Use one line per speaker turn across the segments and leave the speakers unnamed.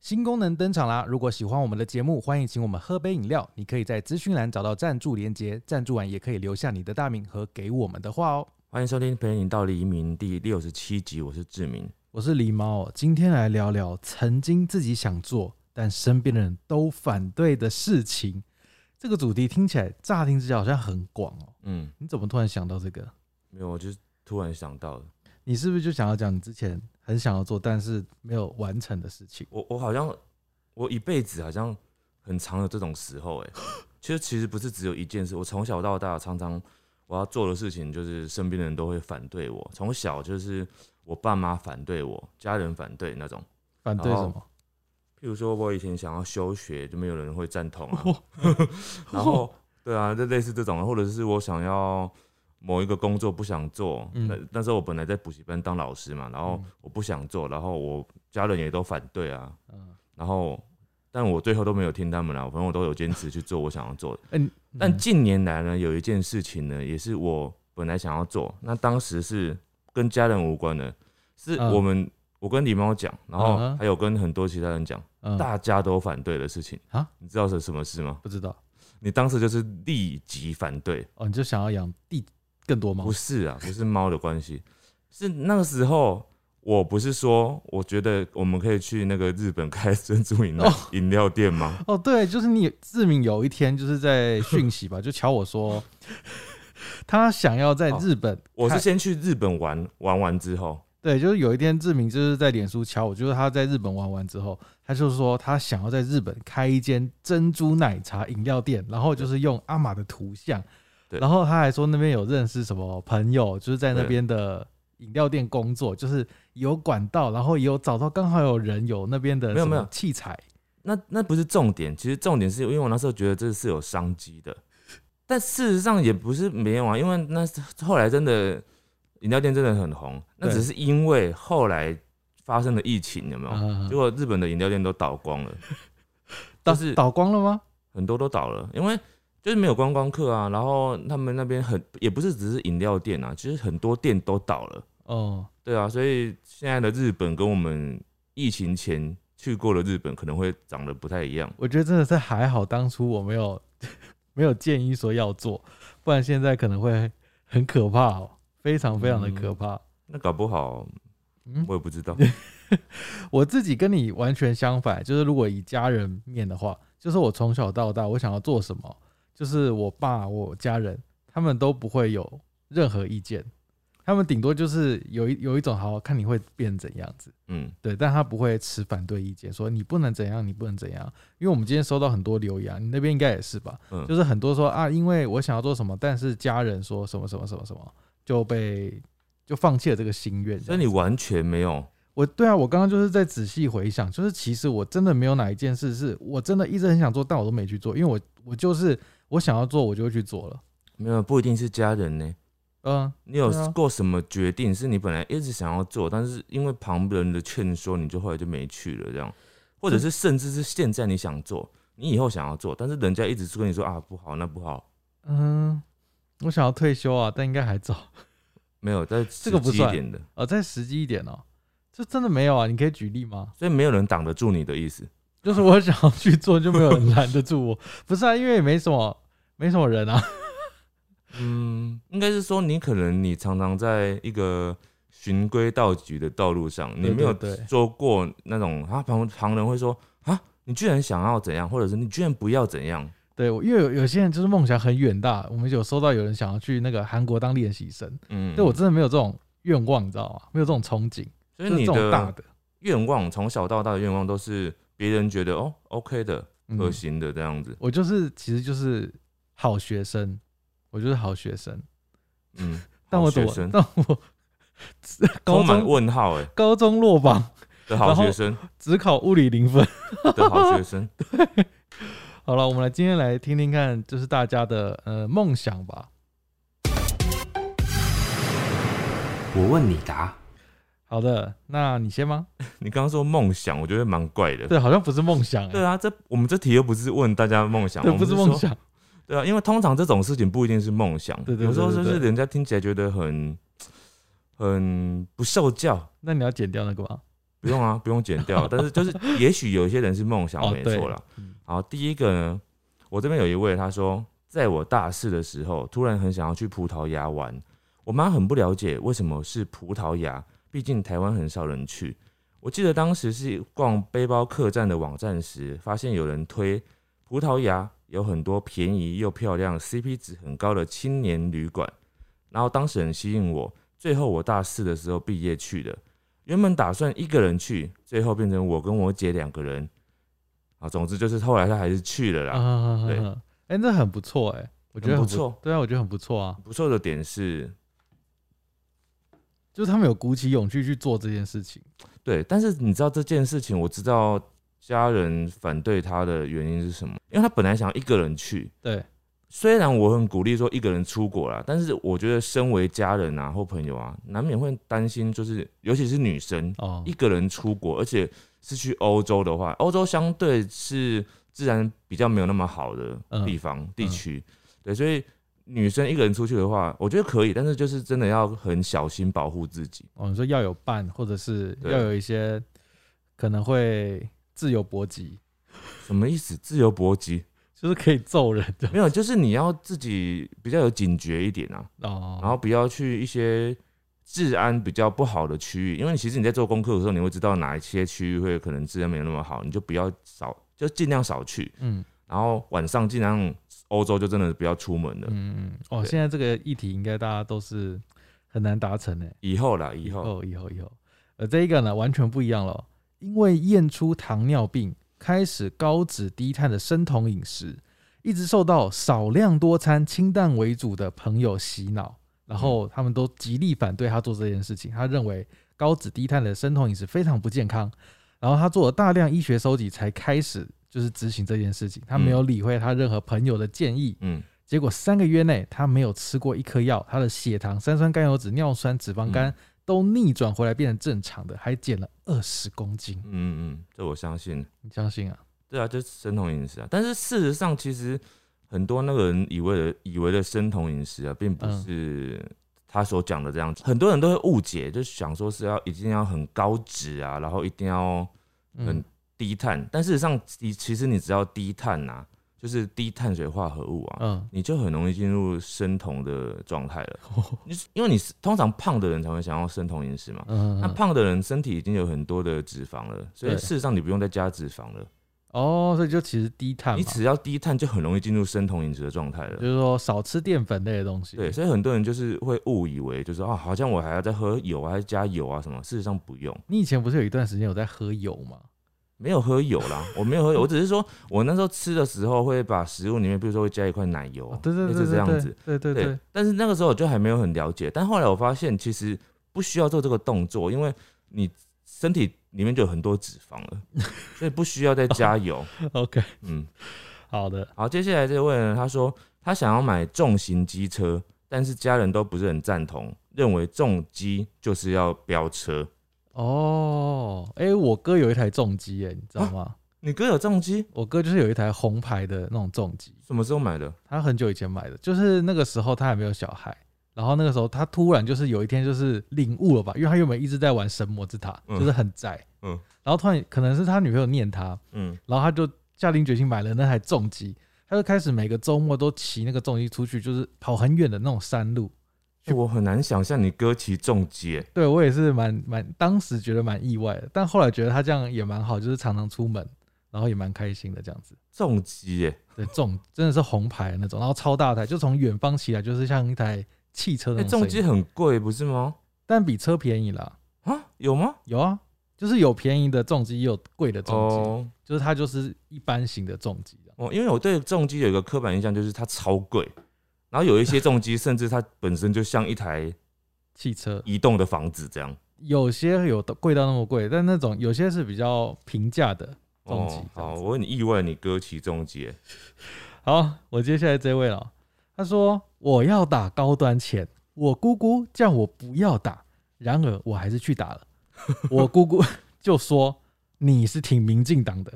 新功能登场啦！如果喜欢我们的节目，欢迎请我们喝杯饮料。你可以在资讯栏找到赞助连结，赞助完也可以留下你的大名和给我们的话哦。
欢迎收听《陪你到黎明》第六十七集，我是志明。
我是狸猫，今天来聊聊曾经自己想做但身边的人都反对的事情。这个主题听起来乍听之下好像很广哦，
嗯，
你怎么突然想到这个？
没有，我就是突然想到的，
你是不是就想要讲你之前很想要做但是没有完成的事情？
我我好像我一辈子好像很常有这种时候、欸，哎，其实其实不是只有一件事，我从小到大常常我要做的事情，就是身边的人都会反对我，从小就是我爸妈反对我，家人反对那种。
反对什么？
譬如说我以前想要休学，就没有人会赞同啊。
哦
然后对啊，就类似这种，或者是我想要某一个工作不想做，
嗯
那那时候我本来在补习班当老师嘛，然后我不想做，然后我家人也都反对啊，
嗯，
然后但我最后都没有听他们啦，反正我都有坚持去做我想要做的。
嗯，
但近年来呢，有一件事情呢，也是我本来想要做，那当时是跟家人无关的，是
嗯
我们、我跟狸猫讲，
嗯
然后
哼
还有跟很多其他人讲。
嗯
大家都反对的事情
啊
你知道是什么事吗？
不知道
你当时就是立即反对，
哦，你就想要养地更多猫
不？是啊，不是猫的关系，是那个时候我不是说我觉得我们可以去那个日本开珍珠饮料
哦
饮、料店吗？
哦，对，就是你志明有一天就是在讯息吧，就瞧我说， 他想要
哦
在日本看，
我是先去日本玩玩完之后，
对，就是有一天志明就是在脸书瞧我，就是他在日本玩完之后，他就说他想要在日本开一间珍珠奶茶饮料店，然后就是用阿玛的图像，
对
然后他还说那边有认识什么朋友，就是在那边的。饮料店工作就是有管道，然后也有找到刚好有人有那边的
没
什
有
么
没有
器材，
那那不是重点，其实重点是因为我那时候觉得这是有商机的，但事实上也不是没有啊，因为那是后来真的饮料店真的很红，那
对
只是因为后来发生了疫情，有没有？
嗯嗯嗯
结果日本的饮料店都倒光了，
倒
就是
倒光了吗？
很多都倒了，因为就是没有观光客啊，然后他们那边很也不是只是饮料店啊，其实很多店都倒了，
哦，
对啊，所以现在的日本跟我们疫情前去过的日本可能会长得不太一样。
我觉得真的是还好，当初我没有 没有建议说要做，不然现在可能会很可怕哦，非常非常的可怕。
那搞不好
嗯，
我也不知道。
我自己跟你完全相反，就是如果以家人面的话，就是我从小到大我想要做什么，就是我爸我家人他们都不会有任何意见，他们顶多就是有一有一种好看你会变怎样子。
嗯，
对，但他不会持反对意见，说你不能怎样，你不能怎样。因为我们今天收到很多留言啊，你那边应该也是吧？
嗯
就是很多说啊，因为我想要做什么，但是家人说什么什么什么什么，就被就放弃了这个心愿。
所以你完全没有，
我对啊，我刚刚就是在仔细回想，就是其实我真的没有哪一件事是我真的一直很想做，但我都没去做，因为我我就是我想要做，我就会去做了。
没有不一定是家人呢、
嗯，
你有
对啊
过什么决定是你本来一直想要做，但是因为旁人的劝说，你就后来就没去了这样，或者是甚至是现在你想做，你以后想要做，但是人家一直跟你说啊不好那不好，
嗯，我想要退休啊，但应该还早。
没有，但是
这个不
实际一
算
点的，
呃，再实际一点哦，这真的没有啊？你可以举例吗？
所以没有人挡得住你的意思。
就是我想要去做，就没有人拦得住我。 不是啊，因为也没什么，没什么人啊。
嗯，应该是说你可能你常常在一个循规蹈矩的道路上，你
对
没有
对对
做过那种啊旁旁人会说啊，你居然想要怎样，或者是你居然不要怎样，
对，我因为有有些人就是梦想很远大，我们有收到有人想要去那个韩国当练习生，
嗯，
对我真的没有这种愿望，你知道吗？没有这种憧憬，就
所以
是
你
这种大
的
的。
愿望从小到大的愿望都是别人觉得哦 OK 的、
嗯
可行的这样子，
我就是其实就是好学生，我就是好学生，
嗯，
但
好
我怎
学
么
生，
但 我高
充满
中
问号 哎
高中落榜，
的好
然后
学生
只考物理零分。
的好学 生，
好了，我们来今天来听听看，就是大家的呃梦想吧。
我问你答，
好的，那你先吗？
你刚刚说梦想，我觉得蛮怪的。
对，好像不是梦想、欸，
对啊，这我们这题又不是问大家梦想，
对，
我
不
们
是
说
梦想，
对啊，因为通常这种事情不一定是梦想，
对对对
有时候就
对
是
对对
人家听起来觉得很很不受教，
那你要剪掉那个吧？
不 用啊，不用剪掉。但是就是，也许有一些人是梦想，
哦
没
对
错啦。
嗯
好，第一个呢，我这边有一位，他说，在我大四的时候，突然很想要去葡萄牙玩。我妈很不了解为什么是葡萄牙，毕竟台湾很少人去。我记得当时是逛背包客栈的网站时，发现有人推葡萄牙有很多便宜又漂亮、CP 值很高的青年旅馆，然后当时很吸引我。最后我大四的时候毕业去的，原本打算一个人去，最后变成我跟我姐两个人。啊，总之就是后来他还是去了啦。
啊，
对
哎、那很不错哎、我觉得
很
很
不错
对啊，我觉得很不错啊，
不错的点是，
就是他们有鼓起勇气去做这件事情。
对，但是你知道这件事情，我知道家人反对他的原因是什么，因为他本来想一个人去，
对，
虽然我很鼓励说一个人出国啦，但是我觉得身为家人啊或朋友啊，难免会担心，就是尤其是女生
哦
一，个人出国，而且是去欧洲的话，欧洲相对是自然比较没有那么好的
嗯
地方、地区，对，所以女生一个人出去的话，我觉得可以，但是就是真的要很小心保护自己。
哦，你说要有伴，或者是
对
要有一些可能会自由搏击，
什么意思？自由搏击
就是可以揍人的
没有，就是你要自己比较有警觉一点啊。
哦。
然后不要去一些治安比较不好的区域，因为其实你在做功课的时候，你会知道哪一些区域会可能治安没有那么好，你就不要少，就尽量少去。
嗯
然后晚上尽量欧洲就真的不要出门了。
嗯嗯，哦，
对
现在这个议题应该大家都是很难达成欸诶、
以后啦，以后
以后以后，呃，这一个呢完全不一样了，因为验出糖尿病，开始高脂低碳的生酮饮食，一直受到少量多餐、清淡为主的朋友洗脑，然后他们都极力反对他做这件事情，他认为高脂低碳的生酮饮食非常不健康，然后他做了大量医学收集才开始就是执行这件事情，他没有理会他任何朋友的建议，
嗯，
结果三个月内他没有吃过一颗药，他的血糖、三酸甘油脂、尿酸、脂肪肝、
嗯
都逆转回来变成正常的，还减了二十公斤
嗯。嗯嗯，这我相信。
你相信啊？
对啊，就是生酮饮食啊。但是事实上，其实很多那个人以为的以为的生酮饮食啊，并不
嗯
是他所讲的这样子。很多人都会误解，就想说是要一定要很高脂啊，然后一定要
嗯
嗯，低碳。但事实上，其其实你只要低碳啊，就是低碳水化合物啊，
嗯，
你就很容易进入生酮的状态了。你因为你是通常胖的人才会想要生酮饮食嘛。
嗯，
那胖的人身体已经有很多的脂肪了，所以
对
事实上你不用再加脂肪了。
哦，所以就其实低碳
你
嘛，
只要低碳，就很容易进入生酮饮食的状态
就
了。
是说少吃淀粉类的东西。
对，，所以很多人就是会误以为，就是啊，好像我还要再喝油啊，还要加油啊什么。事实上不用，
你以前不是有一段时间有在喝油吗？
没有喝油啦，我没有喝油，我只是说我那时候吃的时候会把食物里面，比如说会加一块奶油，
哦对对
类
对
似这
对
样
对
子。
对对对，
但是那个时候我就还没有很了解，但后来我发现其实不需要做这个动作，因为你身体里面就有很多脂肪了，所以不需要再加 油。
OK，
嗯，
好的，
好，接下来这位呢，他说他想要买重型机车，但是家人都不是很赞同，认为重机就是要飙车。
哦，哎、我哥有一台重机耶，你知道吗？
你哥有重机？
我哥就是有一台红牌的那种重机，
什么时候买的？
他很久以前买的，就是那个时候他还没有小孩，然后那个时候他突然就是有一天就是领悟了吧，因为他原本一直在玩神魔之塔，
嗯
就是很宅，
嗯
然后突然可能是他女朋友念他，
嗯，
然后他就下定决心买了那台重机，他就开始每个周末都骑那个重机出去，就是跑很远的那种山路。
欸我很难想象你哥骑重机耶。
对我也是蛮蛮，当时觉得蛮意外的，但后来觉得他这样也蛮好，就是常常出门，然后也蛮开心的这样子。
重机耶，
对，重真的是红牌的那种，然后超大台，就从远方骑来，就是像一台汽车
哎、
那种声音、
重机很贵不是吗？
但比车便宜啦。
啊，有吗？
有啊，就是有便宜的重机，也有贵的重机，
哦
就是它就是一般型的重机这样
哦，因为我对重机有一个刻板印象，就是它超贵，然后有一些重机甚至它本身就像一台
汽车
移动的房子这样。
有些有到贵到那么贵，但那种有些是比较平价的重机
哦，
这样
好，
子。
我很意外你哥骑重机耶，
好，我接下来这位了。他说我要打高端钱，我姑姑叫我不要打，然而我还是去打了。 我姑姑 就说你是挺民进党的，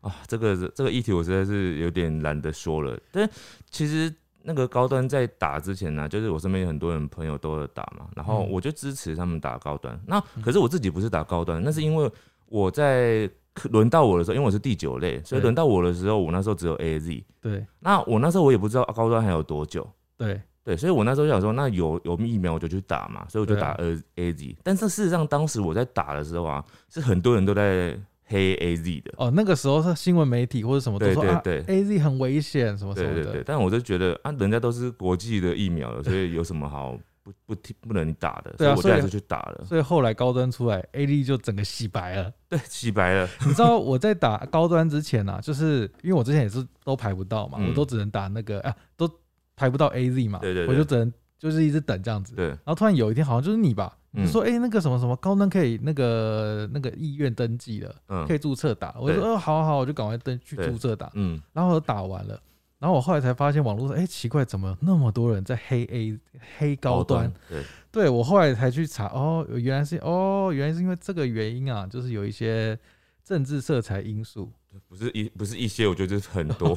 啊，这个这个议题我实在是有点懒得说了。但其实那个高端在打之前呢、就是我身边有很多人朋友都有打嘛，然后
嗯
我就支持他们打高端。那可是我自己不是打高端，那是因为我在轮到我的时候，因为我是第九类，所以
对
轮到我的时候，我那时候只有 AZ。
对
那我那时候我也不知道高端还有多久，
对，
对，所以我那时候想说，那有有疫苗我就去打嘛，所以我就
对
打
啊
A A Z。但是事实上，当时我在打的时候啊，是很多人都在黑 A Z 的，
哦，那个时候是新闻媒体或者什么都
对
说
对对
啊，A Z 很危险什么什
对
么
对
的，
对。但我就觉得啊，人家都是国际的疫苗了，所以有什么好不不听不能打的？
对啊
所以我
所
就
以
还是去打了，
所以后来高端出来，A Z 就整个洗白了。
对，洗白了，
你知道我在打高端之前啊，就是因为我之前也是都排不到嘛，
嗯
我都只能打那个啊，都排不到 A Z 嘛，
对对对
我就只能就是一直等这样子。
对，
然后突然有一天，好像就是你吧，
嗯
你说哎、诶那个什么什么高端可以那个那个意愿登记了，
嗯
可以注册打。我就说哦，好啊好啊，我就赶快登去
对
注册打。
嗯，
然后我打完了，然后我后来才发现网络上哎、诶奇怪，怎么那么多人在黑 A 黑高端？
对，
对我后来才去查，哦，原来是哦，原来是因为这个原因啊，就是有一些政治色彩因素。
不是一不是一些，我觉得是很 多，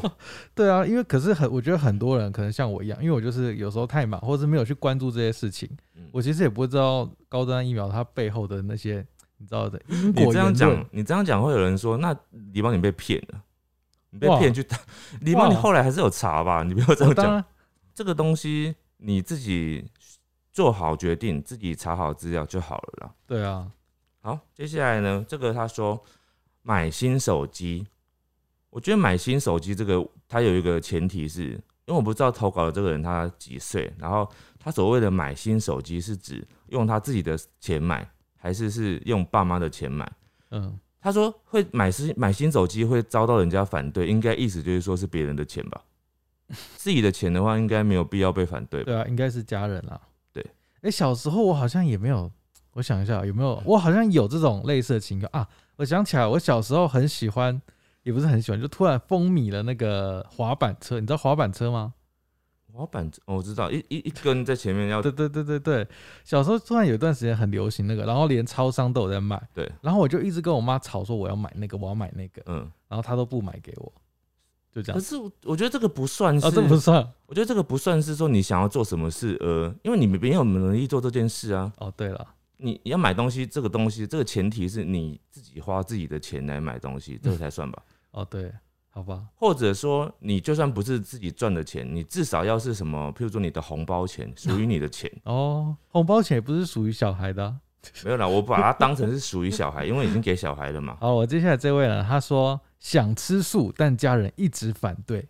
对啊，因为可是很，我觉得很多人可能像我一样，因为我就是有时候太忙，或者是没有去关注这些事情，
嗯
我其实也不会知道高端疫苗它背后的那些你知道的因
你
果
这样
言论
讲。，你这样讲会有人说，那李邦你被骗了，你被
哇
骗去打，李邦你
哇
后来还是有查吧？你不要这样
当
讲，
然，
这个东西你自己做好决定，自己查好资料就好了啦。
对啊，
好，接下来呢，这个他说买新手机，我觉得买新手机这个，它有一个前提是，因为我不知道投稿的这个人他几岁，然后他所谓的买新手机是指用他自己的钱买，还是是用爸妈的钱买？
嗯，
他说会买新买新手机会遭到人家反对，应该意思就是说是别人的钱 吧？自己的钱的话，应该没有必要被反对吧？
对啊，应该是家人啦。
对，
哎、小时候我好像也没有，我想一下有没有，我好像有这种类似的情况啊。我想起来，我小时候很喜欢，也不是很喜欢，就突然风靡了那个滑板车，你知道滑板车吗？
滑板车、哦我知道，一一一根在前面要
对对对对对，小时候突然有一段时间很流行那个，然后连超商都有在卖。
对，
然后我就一直跟我妈吵说我要买那个，我要买那个，
嗯，
然后她都不买给我，就这
可
样。
是我我觉得这个不算是，
啊啊，这不算
我觉得这个不算是说你想要做什么事，呃，因为你没有能力做这件事啊。
哦。对了，
你你要买东西，这个东西，这个前提是你自己花自己的钱来买东
嗯
西，这个才算吧。
哦对，好吧，
或者说，你就算不是自己赚的钱，你至少要是什么，譬如说你的红包钱属于你 的钱，
哦，红包钱也不是属于小孩的啊、
没有啦，我把它当成是属于小孩，因为已经给小孩了嘛。
好，我接下来这位呢，他说想吃素，但家人一直反对。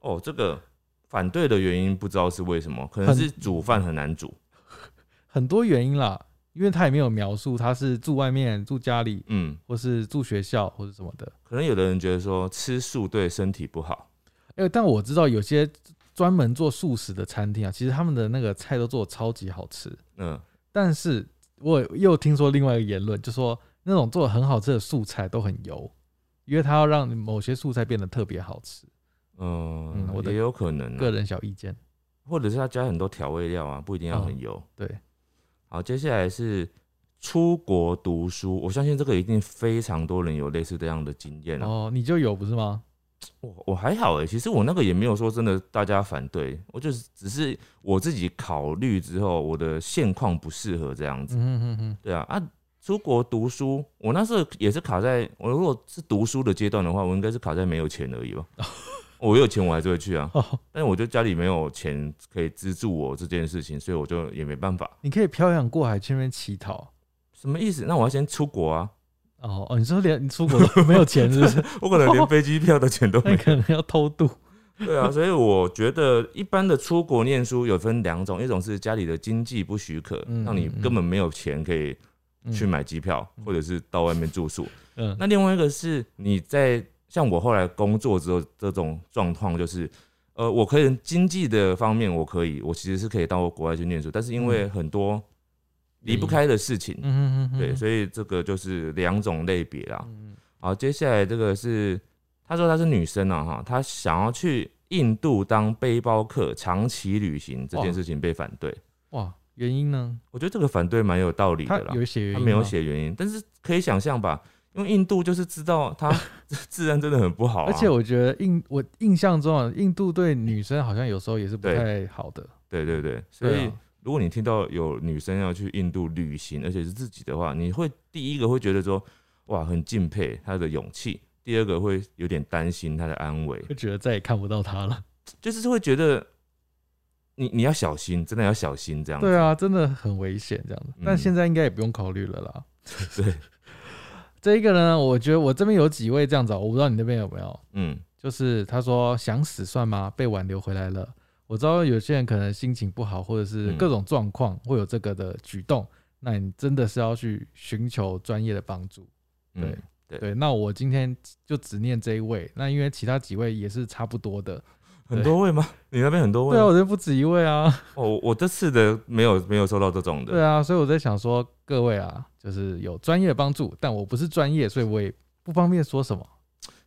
哦，这个反对的原因不知道是为什么，可能是煮饭很难煮。
很多原因啦，因为他也没有描述他是住外面、住家里，
嗯，
或是住学校或者什么的。
可能有的人觉得说吃素对身体不好，
哎、但我知道有些专门做素食的餐厅啊，其实他们的那个菜都做得超级好吃。
嗯，
但是我又听说另外一个言论，就说那种做的很好吃的素菜都很油，因为它要让某些素菜变得特别好吃。
嗯
嗯，我的
也有可能、
个
啊，
人小意见，
或者是他加很多调味料啊，不一定要很油。
嗯对，
好，接下来是出国读书，我相信这个一定非常多人有类似这样的经验啊。
哦，你就有不是吗？
我我还好哎、其实我那个也没有说真的大家反对，我就是只是我自己考虑之后，我的现况不适合这样子。
嗯哼哼 哼，
对啊啊，出国读书，我那时候也是卡在我如果是读书的阶段的话，我应该是卡在没有钱而 已吧。我有钱我还是会去啊，
哦，
但是我就家里没有钱可以资助我这件事情，所以我就也没办法。
你可以漂洋过海去那边乞讨。
什么意思？那我要先出国啊，
哦哦，你说连你出国都没有钱是不 是？
我可能连飞机票的钱都没
那
有。
可能要偷渡。
对啊，所以我觉得一般的出国念书有分两种，一种是家里的经济不许可，
嗯
让你
嗯嗯
根本没有钱可以
嗯
去买机票，或者是到外面住宿。
嗯，
那另外一个是你在像我后来工作之后这种状况，就是呃，我可以经济的方面我可以，我其实是可以到国外去念书，但是因
嗯
为很多离不开的事情，
嗯嗯嗯，
对，
以
所以这个就是两种类别啦。
嗯
好，接下来这个是她说她是女生啊哈，她想要去印度当背包客长期旅行这件事情被反对，
哇，原因呢？
我觉得这个反对蛮有道理
他
的啦
有。写原
他
因，
没有，写原因，但是可以想象吧，因为印度就是知道 它治安真的很不好啊、
而且我觉得印我印象中啊，印度对女生好像有时候也是不
对
太好的。
对对对，所
对
以
啊
如果你听到有女生要去印度旅行，而且是自己的话，你会第一个会觉得说，哇，很敬佩她的勇气；第二个会有点担心她的安危，
就觉得再也看不到她了。
就是会觉得你你要小心，真的要小心这样子。
对啊，真的很危险这样子。但
嗯
现在应该也不用考虑了啦。
对，
这一个呢，我觉得我这边有几位这样子哦，我不知道你那边有没有。
嗯，
就是他说想死算吗？被挽留回来了。我知道有些人可能心情不好，或者是
嗯
各种状况会有这个的举动，那你真的是要去寻求专业的帮助。
嗯
对对，那我今天就只念这一位，那因为其他几位也是差不多的。
很多位吗？ 你那边很多位
对啊，
吗？
我就不止一位啊。
哦，我我这次的没有没有收到这种的。
对啊，所以我在想说，各位啊，就是有专业的帮助，但我不是专业，所以我也不方便说什么。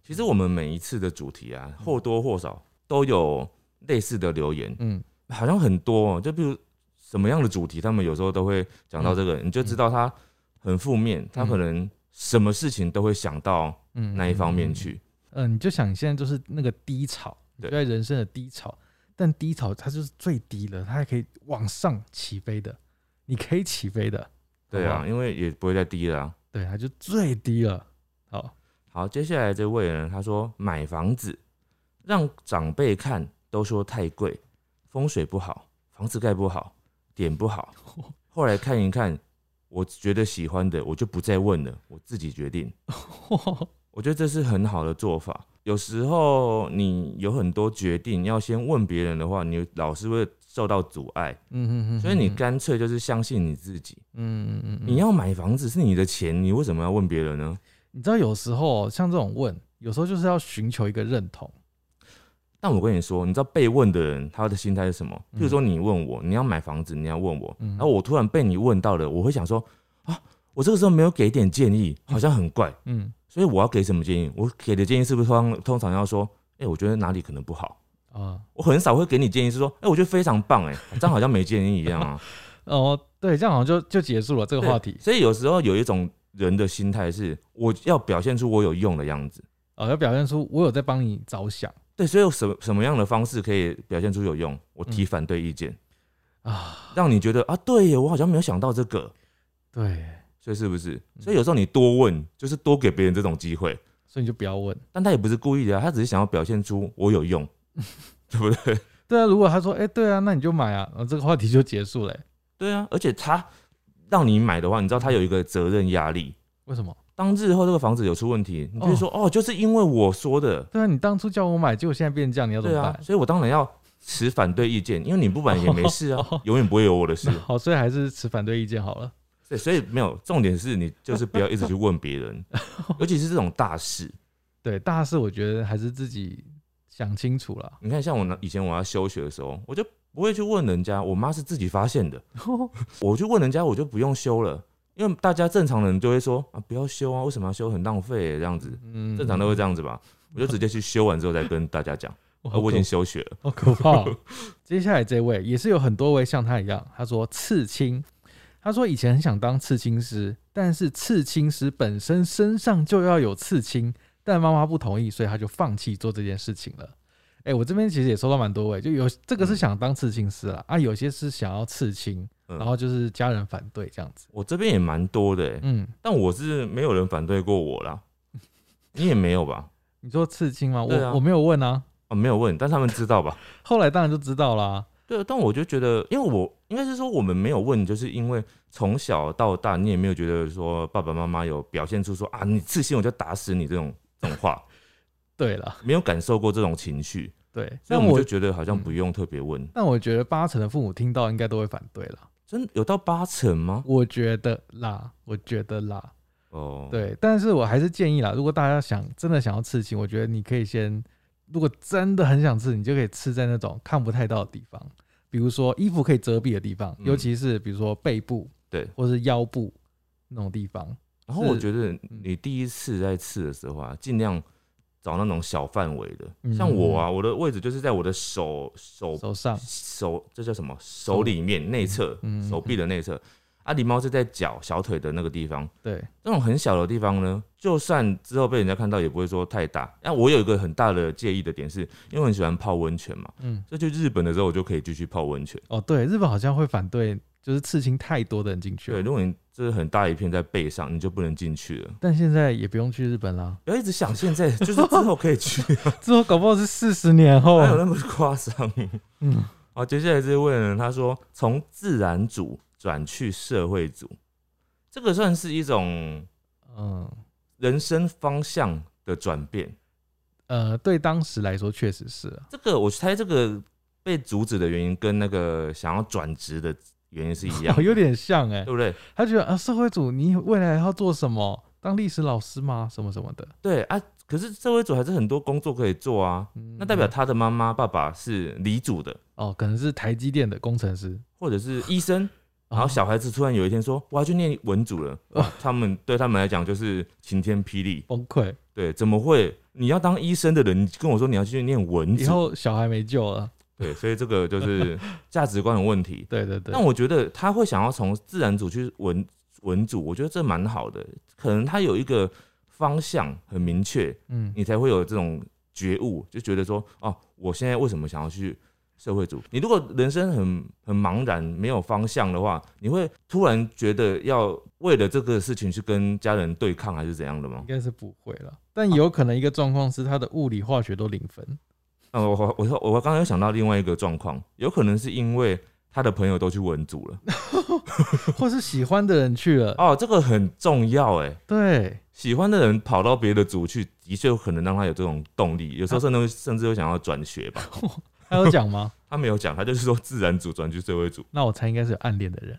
其实我们每一次的主题啊，或多或少都有类似的留言，
嗯，
好像很多、哦。就比如什么样的主题，他们有时候都会讲到这个，你就知道他很负面，他可能什么事情都会想到
嗯
那一方面。去。
嗯、你就想现在就是那个低潮，你就
对
在人生的低潮，但低潮它就是最低了，它还可以往上起飞的，你可以起飞的。
对
好不
啊，
好
因为也不会再低了啊、
对，它就最低了。好，
好，接下来这位呢，他说买房子让长辈看都说太贵，风水不好，房子盖不好，点不好。后来看一看，我觉得喜欢的，我就不再问了，我自己决定。我觉得这是很好的做法。有时候你有很多决定要先问别人的话，你老是会受到阻碍，
嗯嗯嗯，
所以你
嗯，
干脆就是相信你自己。
嗯嗯嗯，嗯
你要买房子是你的钱，你为什么要问别人呢？
你知道有时候哦像这种问，有时候就是要寻求一个认同。
但我跟你说，你知道被问的人他的心态是什么？譬如说你问我你要买房子，你要问我，
嗯
然后我突然被你问到了，我会想说啊，我这个时候没有给点建议，好像很怪，
嗯，
所以我要给什么建议？我给的建议是不是通通常要说，哎、我觉得哪里可能不好？
啊、
我很少会给你建议，是说，哎、我觉得非常棒，哎，这样好像没建议一样 啊。
哦，对，这样好像就就结束了这个话题
对。所以有时候有一种人的心态是，我要表现出我有用的样子。
哦，要表现出我有在帮你着想
对，所以有什么什么样的方式可以表现出有用？我提反对意见，
啊。
让你觉得啊，对耶，我好像没有想到这个，
对，
所以是不是？所以有时候你多问，就是多给别人这种机会，
所以你就不要问。
但他也不是故意的、啊，他只是想要表现出我有用，对不对？
对啊，如果他说，哎、对啊，那你就买啊，然后这个话题就结束了、欸
对啊，而且他让你买的话，你知道他有一个责任压力，
为什么？
当日后这个房子有出问题，你就会说哦就是因为我说的，
对啊，你当初叫我买，结果现在变成这样，你要怎
对
么
啊
办，？
所以我当然要持反对意见，因为你不买也没事 啊，
哦
永远不会有我的事。
好，所以还是持反对意见好了。
对，所以没有重点是你就是不要一直去问 别人，尤其是这种大事。
对，大事我觉得还是自己想清楚了。
你看，像我呢以前我要休学的时候，我就不会去问人家，我妈是自己 发现的，我去问人家我就不用休了，因为大家正常人就会说啊不要休啊，为什么要休，很浪费欸这样子，
嗯，
正常都会这样子吧。我就直接去休完之后再跟大 家讲，
哇。
啊，我已经休学了。
好可怕、 哦。接下来这位也是有很多位像他一样，他说刺青，他说以前很想当刺青师，但是刺青师本身身上就要有刺青，但妈妈不同意，所以他就放弃做这件事情了。哎、我这边其实也收到蛮多位，就有这个是想当刺青师啦，啊，有些是想要刺青，
嗯
然后就是家人反对这样子。
我这边也蛮多的、欸，
嗯，
但我是没有人反对过我啦， 你也没有吧？
你说刺青吗？我、
对啊
我没有问啊，
啊，没有问，但他们知道吧？
后来当然就知道啦。
对，但我就觉得，因为我应该是说我们没有问，就是因为从小到大，你也没有觉得说爸爸妈妈有表现出说啊，你刺青我就打死你这种 这种话，
对了，
没有感受过这种 情绪，
对，
所以
但
我们
我
就觉得好像不用特别问。
但我觉得八成的父母听到应该都会反对了。
真有到八成吗？
我觉得啦，我觉得啦，
哦，，
对，但是我还是建议啦，如果大家想真的想要刺青，我觉得你可以先，如果真的很想刺，你就可以刺在那种看不太到的地方，比如说衣服可以遮蔽的地方，
嗯
尤其是比如说背部，
对
或是腰部那种地方，
然后我
是嗯
觉得你第一次在刺的时候啊，尽量找那种小范围的，
嗯
像我啊，我的位置就是在我的手手
手上，
手这叫什么手里面内侧
啊嗯嗯，
手臂的内侧。啊，狸猫是在脚小腿的那个地方，
对，
这种很小的地方呢，就算之后被人家看到，也不会说太大。但我有一个很大的介意的点是，因为我很喜欢泡温泉嘛，
嗯，
所以去日本的时候我就可以继续泡温泉。
哦，对，日本好像会反对，就是刺青太多的人进去
对，
了，
如果你这很大一片在背上，你就不能进去了。
但现在也不用去日本啦，
不要一直想现在，就是之后可 以去，
之后搞不好是四十年后
哪，有那么夸张？
嗯，
好，接下来这位呢，他说从自然组转去社会组，这个算是一种
嗯，
人生方向的转变。
呃，对当时来说确实是啊，
这个我猜这个被阻止的原因跟那个想要转职的原因是一
，
样
有点像哎、
对不对？
他觉得啊，社会主你未来要做什么？当历史老师吗？什么什么的？
对啊，可是社会组还是很多工作可以做啊。
嗯
那代表他的妈妈、爸爸是理组的，
哦，可能是台积电的工程师。
或者是医生，然后
哦
小孩子突然有一天说：“我要去念文组了。哇”他们对他们来讲就是晴天霹雳。
崩溃，
对，怎么会？你要当医生的人，你跟我说你要去念文
以
组，
后小孩没救了。
对，所以这个就是价值观的问题。
对对对
但，我觉得他会想要从自然组去文文组，我觉得这蛮好的，可能他有一个方向很明确，
嗯，
你才会有这种觉悟，就觉得说，哦，我现在为什么想要去社会组？你如果人生很很茫然，没有方向的话，你会突然觉得要为了这个事情去跟家人对抗，还是怎样的吗
应？该是不会了。但有可能一个状况是他的物理化学都零分。
啊，我我我我刚刚有想到另外一个状况，有可能是因为他的朋友都去文组了，
或是喜欢的人去了。
哦，这个很重要哎。
对，
喜欢的人跑到别的组去，的确有可能让他有这种动力，有时候甚至会甚至会想要转学吧。
他有讲吗？
他没有讲，他就是说自然组转去社会组，
那我猜应该是有暗恋的人。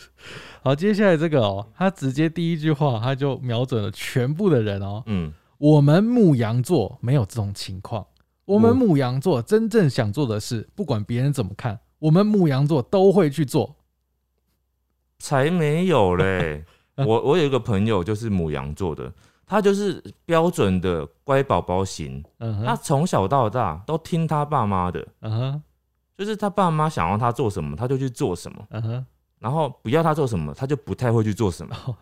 好，接下来这个哦，他直接第一句话他就瞄准了全部的人哦。
嗯，
我们母羊座没有这种情况，我们
嗯
母羊座真正想做的事，不管别人怎么看，我们母羊座都会去做。
才没有嘞。我我有一个朋友就是母羊座的，他就是标准的乖宝宝型，
嗯
他
哼，
从小到大都听他爸妈的，
嗯哼，
就是他爸妈想让他做什么，他就去做什么。
嗯哼，
然后不要他做什么，他就不太会去做什么，
哦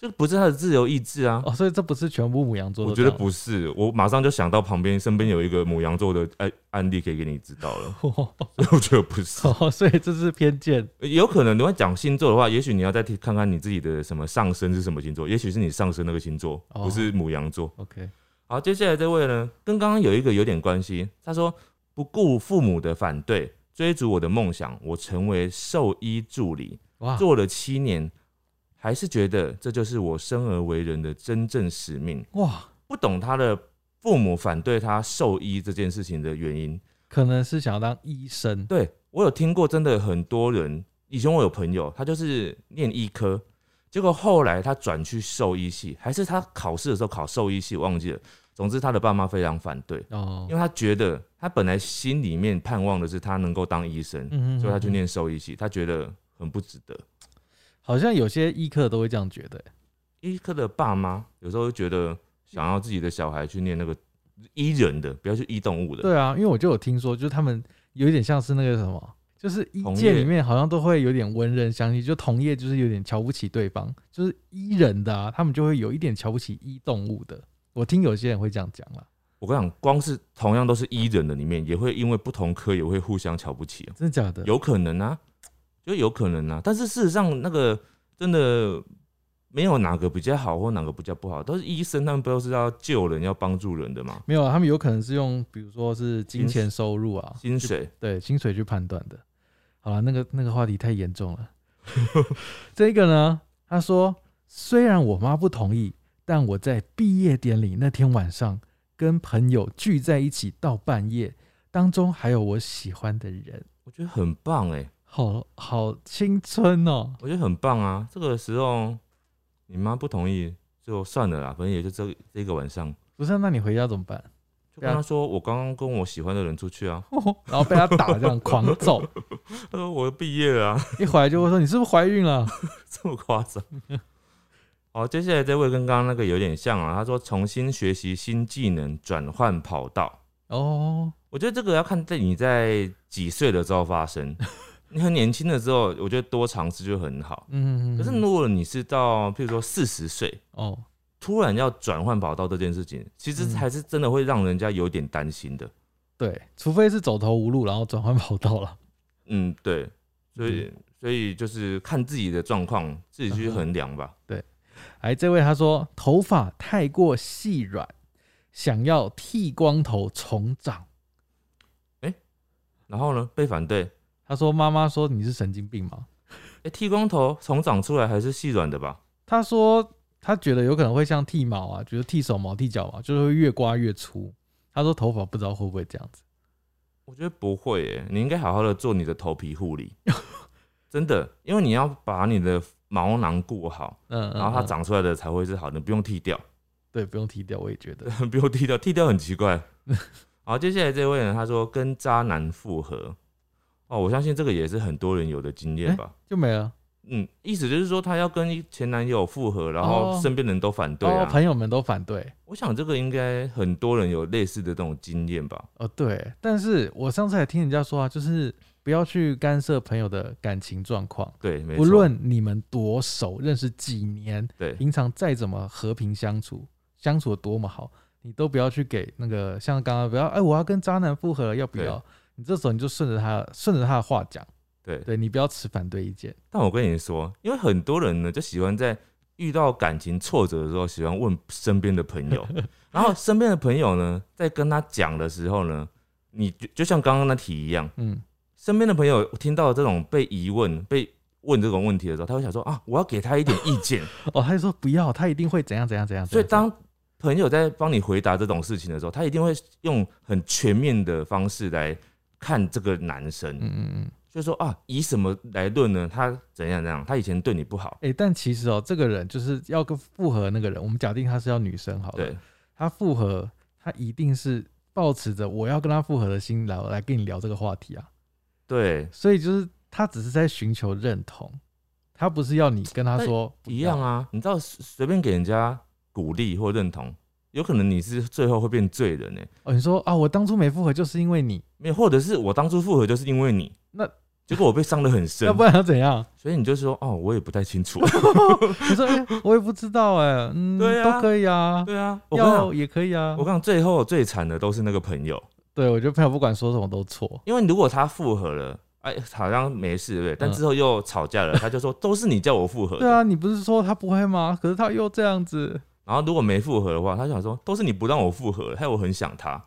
就不是他的自由意志啊。
哦，所以这不是全部母羊座
我
都
觉
这
得
样，
不是，我马上就想到旁边身边有一个母羊座的案案例可以给你知道了， 所以我觉得不是，
哦，所以这是偏见。
有可能你要讲星座的话，也许你要再听看看你自己的什么上升是什么星座，也许是你上升那个星座，
哦
不是母羊座。
OK，
好，接下来这位呢，跟刚刚有一个有点关系，他说不顾父母的反对，追逐我的梦想，我成为兽医助理，
哇，
做了七年，还是觉得这就是我生而为人的真正使命。
哇，
不懂他的父母反对他兽医这件事情的原因。
可能是想要当医生。
对我有听过，真的很多人，以前我有朋友，他就是念医科，结果后来他转去兽医系，还是他考试的时候考兽医系，我忘记了。总之，他的爸妈非常反对，
哦
因为，他觉得他本来心里面盼望的是他能够当医生，
嗯
所以他去，念兽医系，他觉得很不值得。
好像有些医科都会这样觉得。
医科的爸妈有时候会觉得想要自己的小孩去念那个医人的，不要去医动物的。
对啊，因为我就有听说，就是他们有一点像是那个什么，就是医
同
界
业
里面好像都会有点文人相惜，就同业就是有点瞧不起对方，就是医人的啊，他们就会有一点瞧不起医动物的。我听有些人会这样讲啦，
我跟你讲，光是同样都是医人的里面，也会因为不同科也会互相瞧不起哦，
真的假的？
有可能啊，就有可能啊。但是事实上，那个真的没有哪个比较好或哪个比较不好，都是医生，他们不都是要救人、要帮助人的嘛？
没有啊？他们有可能是用比如说是金
薪
钱收入啊，
薪水
对薪水去判断的。好了，那个那个话题太严重了。 这个呢，他说虽然我妈不同意，但我在毕业典礼那天晚上跟朋友聚在一起到半夜，当中还有我喜欢的人，
我觉得很棒哎、
好好青春哦。
我觉得很棒啊。这个时候你妈不同意就算了啦，反正也就这这个晚上，
不是，那你回家怎么办？
就跟她说我刚刚跟我喜欢的人出去啊，
然后被他打这样狂 揍，
她说我毕业了啊。
一回来就会说你是不是怀孕了？
这么夸张？好，接下来这位跟刚刚那个有点像啊，他说重新学习新技能，转换跑道。
哦，
我觉得这个要看在你在几岁的时候发生。你很年轻的时候，我觉得多尝试就很好。
嗯，嗯嗯
可是
嗯
如果你是到譬如说四十岁，
哦，
突然要转换跑道这件事情，其实
嗯
还是真的会让人家有点担心的。
对，除非是走投无路，然后转换跑道了。
嗯，对，所以
嗯
所以就是看自己的状况，自己去衡量吧。
哎，这位他说头发太过细软，想要剃光头重长。
然后呢，被反对，
他说妈妈说你是神经病吗？
哎、剃光头从长出来还是细软的吧？
他说他觉得有可能会像剃毛啊，觉得剃手毛、剃脚毛，就是会越刮越粗。他说头发不知道会不会这样子。
我觉得不会耶，你应该好好的做你的头皮 护理，真的，因为你要把你的毛囊顾好，
嗯，嗯
然后
嗯
它长出来的才会是好的，不用剃掉，
对，不用剃掉，我也觉得。
不用剃掉，剃掉很奇 怪。好，接下来这位呢，他说跟渣男复合，哦，我相信这个也是很多人有的经验吧。
就没了。
嗯，意思就是说她要跟前男友复合，然后
哦
身边人都反对
然后
啊。
朋友们都反对。
我想这个应该很多人有类似的这种经验吧。
哦，对，但是我上次还听人家说啊，就是不要去干涉朋友的感情状况，
对，没
不
错。
论你们多熟，认识几年，
对
平常再怎么和平相处，相处得多么好，你都不要去给那个像刚刚不要，哎，我要跟渣男复合了，要不要？你这时候你就顺着他，顺着他的话讲，
对，
对你不要持反对意见。
但我跟你说，因为很多人呢，就喜欢在遇到感情挫折的时候，喜欢问身边的 朋友，然后身边的朋友呢，在跟他讲的时候呢，你就就像刚刚那题一样，
嗯，
身边的朋友听到这种被疑问、被问这种问题的时候，他会想说啊，我要给他一点意 见。
哦，他就说不要，他一定会怎样怎样怎样。
所以
怎样
当朋友在帮你回答这种事情的时候，他一定会用很全面的方式来看这个男生，
嗯嗯嗯。
就说啊，以什么来论呢？他怎样怎样？他以前对你不好，
哎、但其实哦，这个人就是要跟复合那个人，我们假定他是要女生好了，
对，
他复合，他一定是抱持着我要跟他复合的心来来跟你聊这个话题啊，
对，
所以就是他只是在寻求认同，他不是要你跟他说
一样
啊，
啊。你知道随随便给人家鼓励或认同，有可能你是最后会变罪人呢、
哦，你说啊，我当初没复合就是因为你，
没有，或者是我当初复合就是因为你，
那
结果我被伤得很深
要，不然要怎样？
所以你就说哦，我也不太清楚。
你说哎、我也不知道哎、嗯，
对啊
都可以啊，
对啊，我跟你讲
要也可以啊
我跟，你讲，最后最惨的都是那个朋友。
对我觉得朋友不管说什么都错，
因为如果他复合了，哎，好像没事，对不对？但
嗯
之后又吵架了，他就说都是你叫我复合的。
对啊，你不是说他不会吗？可是他又这样子。
然后如果没复合的话，他想说都是你不让我复合，害我很想他。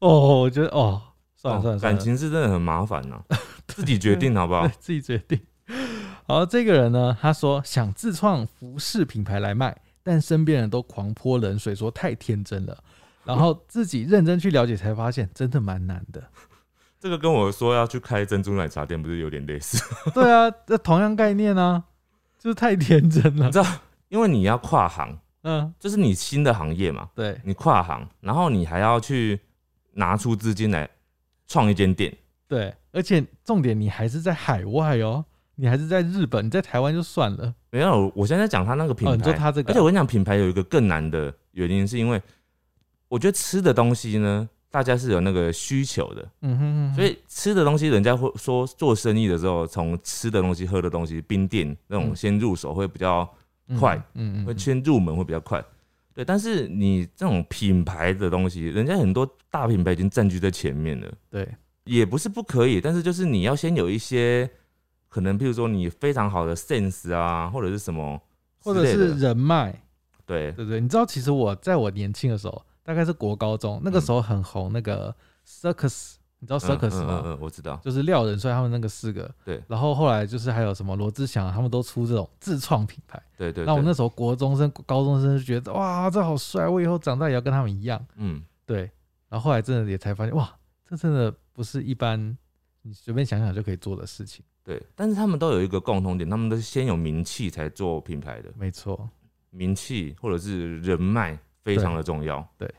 哦，我觉得哦，算了算了，算
哦
了
感情是真的很麻烦 呐、自己决定好不好
对？自己决定。好，这个人呢，他说想自创服饰品牌来卖，但身边人都狂泼冷水，说太天真了。然后自己认真去了解，才发现真的蛮难的。
这个跟我说要去开珍珠奶茶店，不是有点类似？
对啊，这同样概念啊，就是太天真了
知。因为你要跨行，
嗯，
就是你新的行业嘛，
对，
你跨行，然后你还要去拿出资金来创一间店。
对，而且重点你还是在海外哦，你还是在日本，你在台湾就算了。
没有，我现在讲他那个品牌，
哦，你说他这个
而且我跟你讲，品牌有一个更难的原因，是因为我觉得吃的东西呢，大家是有那个需求的，
嗯哼嗯哼，
所以吃的东西，人家会说做生意的时候，从吃的东西、喝的东西、冰店那种
嗯
先入手会比较，
嗯
快，
嗯嗯
会
嗯，
先入门会比较快。对，但是你这种品牌的东西，人家很多大品牌已经占据在前面了，
对，
也不是不可以，但是就是你要先有一些可能，譬如说你非常好的 sense 啊，或者是什么之
或者
类的，
是人脉，
对
对不对？你知道，其实我在我年轻的时候，大概是国高中那个时候很红那个 circus，你知道 circus
嗯
啊
嗯嗯嗯
吗？
嗯，我知道。
就是廖仁帅他们那个四个，
对
然后后来就是还有什么罗志祥啊，他们都出这种自创品牌。
对对对
那我那时候国中生、高中生就觉得哇，这好帅，我以后长大也要跟他们一样。
嗯，
对，然后后来真的也才发现，哇，这真的不是一般你随便想想就可以做的事情。
对，但是他们都有一个共同点，他们都是先有名气才做品牌的，
没错，
名气或者是人脉非常的重要。
对对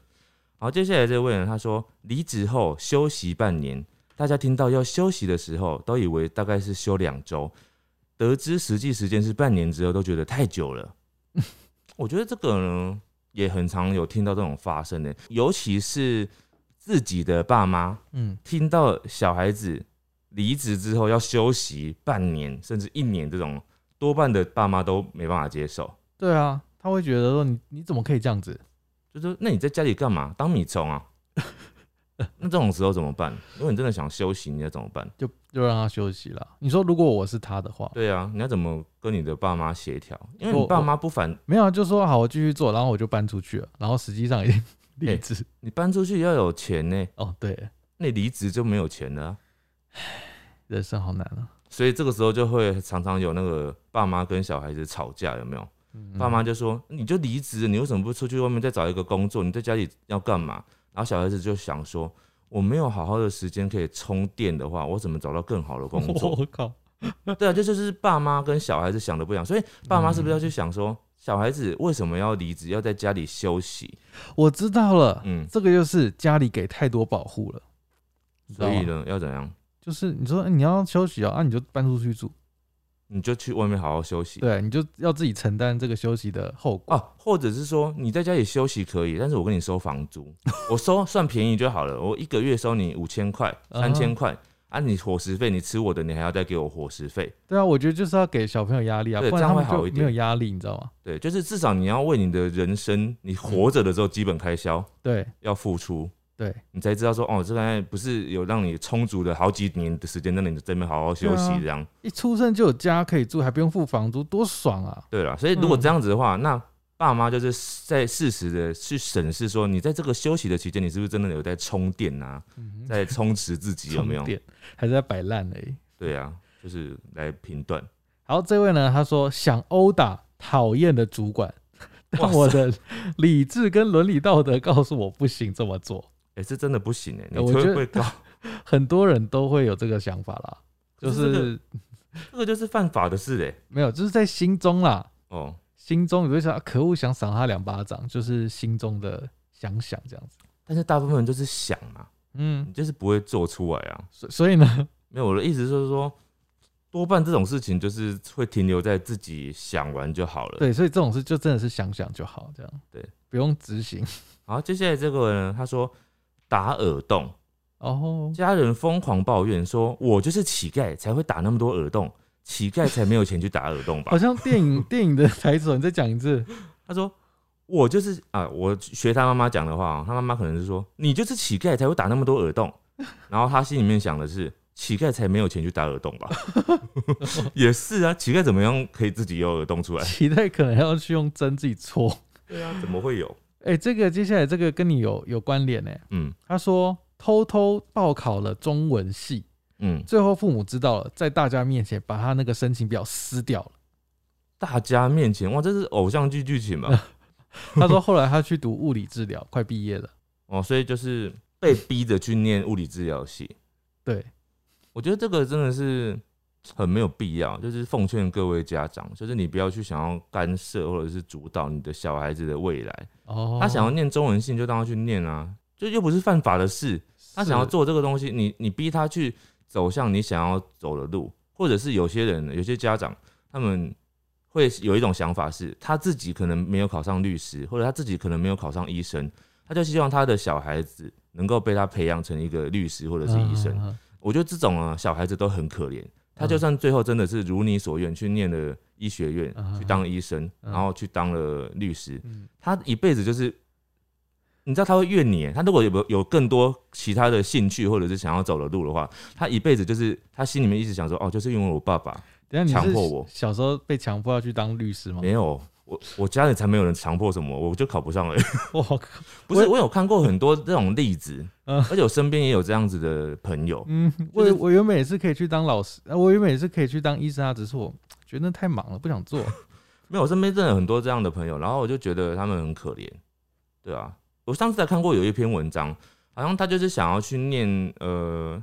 好，接下来这位呢，他说离职后休息半年，大家听到要休息的时候，都以为大概是休两周，得知实际时间是半年之后，都觉得太 久了。我觉得这个呢，也很常有听到这种发生的，尤其是自己的爸妈
嗯，
听到小孩子离职之后要休息半年甚至一年这种，多半的爸妈都没办法接受，
对啊，他会觉得说你你怎么可以这样子？
就说那你在家里干嘛？当米虫啊？ 那这种时候怎么办？如果你真的想休息，你要怎么办？
就就让他休息了。你说如果我是他的话，
对啊，你要怎么跟你的爸妈协调？因为
我
你爸
我
妈不反，
没有啊就说好我继续做，然后我就搬出去了，然后实际上已经 离职。
你搬出去要有钱呢、
哦，对，
那你离职就没有钱了啊、
人生好难啊。
所以这个时候就会常常有那个爸妈跟小孩子吵架，有没有？
嗯
爸妈就说你就离职了，你为什么不出去外面再找一个工作？你在家里要干嘛？然后小孩子就想说，我没有好好的时间可以充电的话，我怎么找到更好的工作？
我靠，
对啊，这就是爸妈跟小孩子想的不一样，所以爸妈是不是要去想
嗯
说，小孩子为什么要离职，要在家里休息？
我知道了，
嗯，
这个就是家里给太多保护了。你知道
所
吗
以呢，要怎样？
就是你说、哎你要休息啊，啊你就搬出去住，
你就去外面好好休息。
对，你就要自己承担这个休息的后果。
啊，或者是说你在家里休息可以，但是我跟你收房 租，我收算便宜就好了，我一个月收你五千块、
啊
三千块啊，你伙食费你吃我的，你还要再给我伙食费，
对啊，我觉得就是要给小朋友压力啊，
对
不然他们
这样会
就
好一点
没有压力，你知道吗？
对，就是至少你要为你的人生，你活着的时候基本开销
对
要付出，
对，
你才知道说哦，这个不是有让你充足的好几年的时间，让你这边好好休息
对啊
这样，
一出生就有家可以住，还不用付房租，多爽啊！
对了，所以如果
嗯
这样子的话，那。爸妈就是在适时的去审视，说你在这个休息的期间，你是不是真的有在充电啊，
嗯
在充实自己有没有
充？电还是在摆烂而已。
对啊，就是来评断。
好，这位呢，他说想殴打讨厌的主管，
哇
但
塞
我的理智跟伦理道德告诉我不行这么做。
哎、这真的不行哎、
哎
你
我觉
会
得
不会高？
很多人都会有这个想法啦，就
可是这个
是
这个就是犯法的事哎、
没有，就是在心中啦，
哦，
心中你会想，啊可恶，想赏他两巴掌，就是心中的想想这样子。
但是大部分人就是想嘛，
嗯，
你就是不会做出来啊。
所所以呢，
没有，我的意思就是说，多半这种事情就是会停留在自己想完就好了。。
对，所以这种事就真的是想想就好，这样
对，
不用执行。
好，接下来这个呢，他说打耳洞，
哦，
家人疯狂抱怨说，我就是乞丐才会打那么多耳洞，乞丐才没有钱去打耳洞吧
好？像电影 电影的台词哦，你再讲一次。
他说：“我就是啊，我学他妈妈讲的话啊，他妈妈可能是说你就是乞丐才会打那么多耳洞，然后他心里面想的是乞丐才没有钱去打耳洞吧？ 也是啊，乞丐怎么样可以自己有耳 洞出来？
期待可能要去用针自己戳。
对啊，怎么会有？
哎、这个接下来这个跟你有有关联呢、欸
嗯
他说偷偷报考了中文系，
嗯，
最后父母知道了，在大家面前把他那个申请表撕掉了。
大家面前哇，这是偶像剧剧情吧？
他说后来他去读物理治疗，快毕业了。
哦，所以就是被逼着去念物理治疗系，
对，
我觉得这个真的是很没有必要，就是奉劝各位家长，就是你不要去想要干涉或者是主导你的小孩子的未来。
哦，
他想要念中文系，你就让他去念啊，就又不是犯法的事。他想要
是，
做这个东西，你你逼他去走向你想要走的路，或者是有些人、有些家长，他们会有一种想法是，他自己可能没有考上律师，或者他自己可能没有考上医生，他就希望他的小孩子能够被他培养成一个律师或者是医生。
嗯嗯嗯
我觉得这种啊，小孩子都很可怜。
嗯
他就算最后真的是如你所愿去念了医学院，
嗯
去当医生，
嗯
然后去当了律师，
嗯
他一辈子就是，你知道他会怨你耶。他如果有没有有更多其他的兴趣或者是想要走的路的话，他一辈子就是他心里面一直想说，哦，就是因为我爸爸
等一下你
强
是
迫我
小时候被强迫要去当律师吗？
没有我，我家里才没有人强迫什么，我就考不上了。
我靠，
不是，我有看过很多这种例子，
嗯
而且我身边也有这样子的朋友。
嗯，
就是
我我原本也是可以去当老师，呃我原本也是可以去当医生啊，只是我觉得太忙了，不想做。
没有，我身边真的有很多这样的朋友，然后我就觉得他们很可怜，对啊。我上次还看过有一篇文章，好像他就是想要去念呃，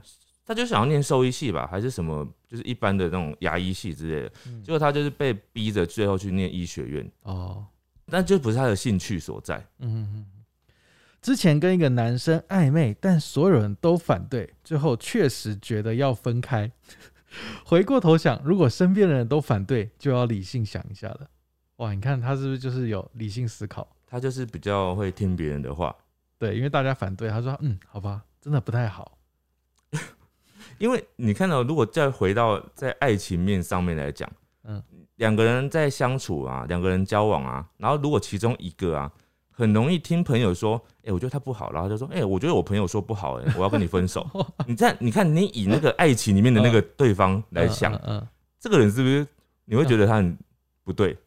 他就想要念兽医系吧，还是什么，就是一般的那种牙医系之类的。结果他就是被逼着最后去念医学院，
哦，
但就不是他的兴趣所在。
嗯嗯。嗯之前跟一个男生暧昧，但所有人都反对，最后确实觉得要分开。 回过头想，如果身边的人都反对，就要理性想一下了。哇，你看他是不是就是有理性思考？
他就是比较会听别人的话，
对，因为大家反对，他说嗯，好吧，真的不太好。
因为你看到，如果再回到在爱情面上面来讲，
嗯
嗯，两个人在相处啊，两个人交往啊，然后如果其中一个啊，很容易听朋友说，哎、我觉得他不好，然后就说，哎、我觉得我朋友说不好、哎，我要跟你分手。你在你看，你以那个爱情里面的那个对方来想，
嗯嗯嗯
这个人是不是你会觉得他很不对？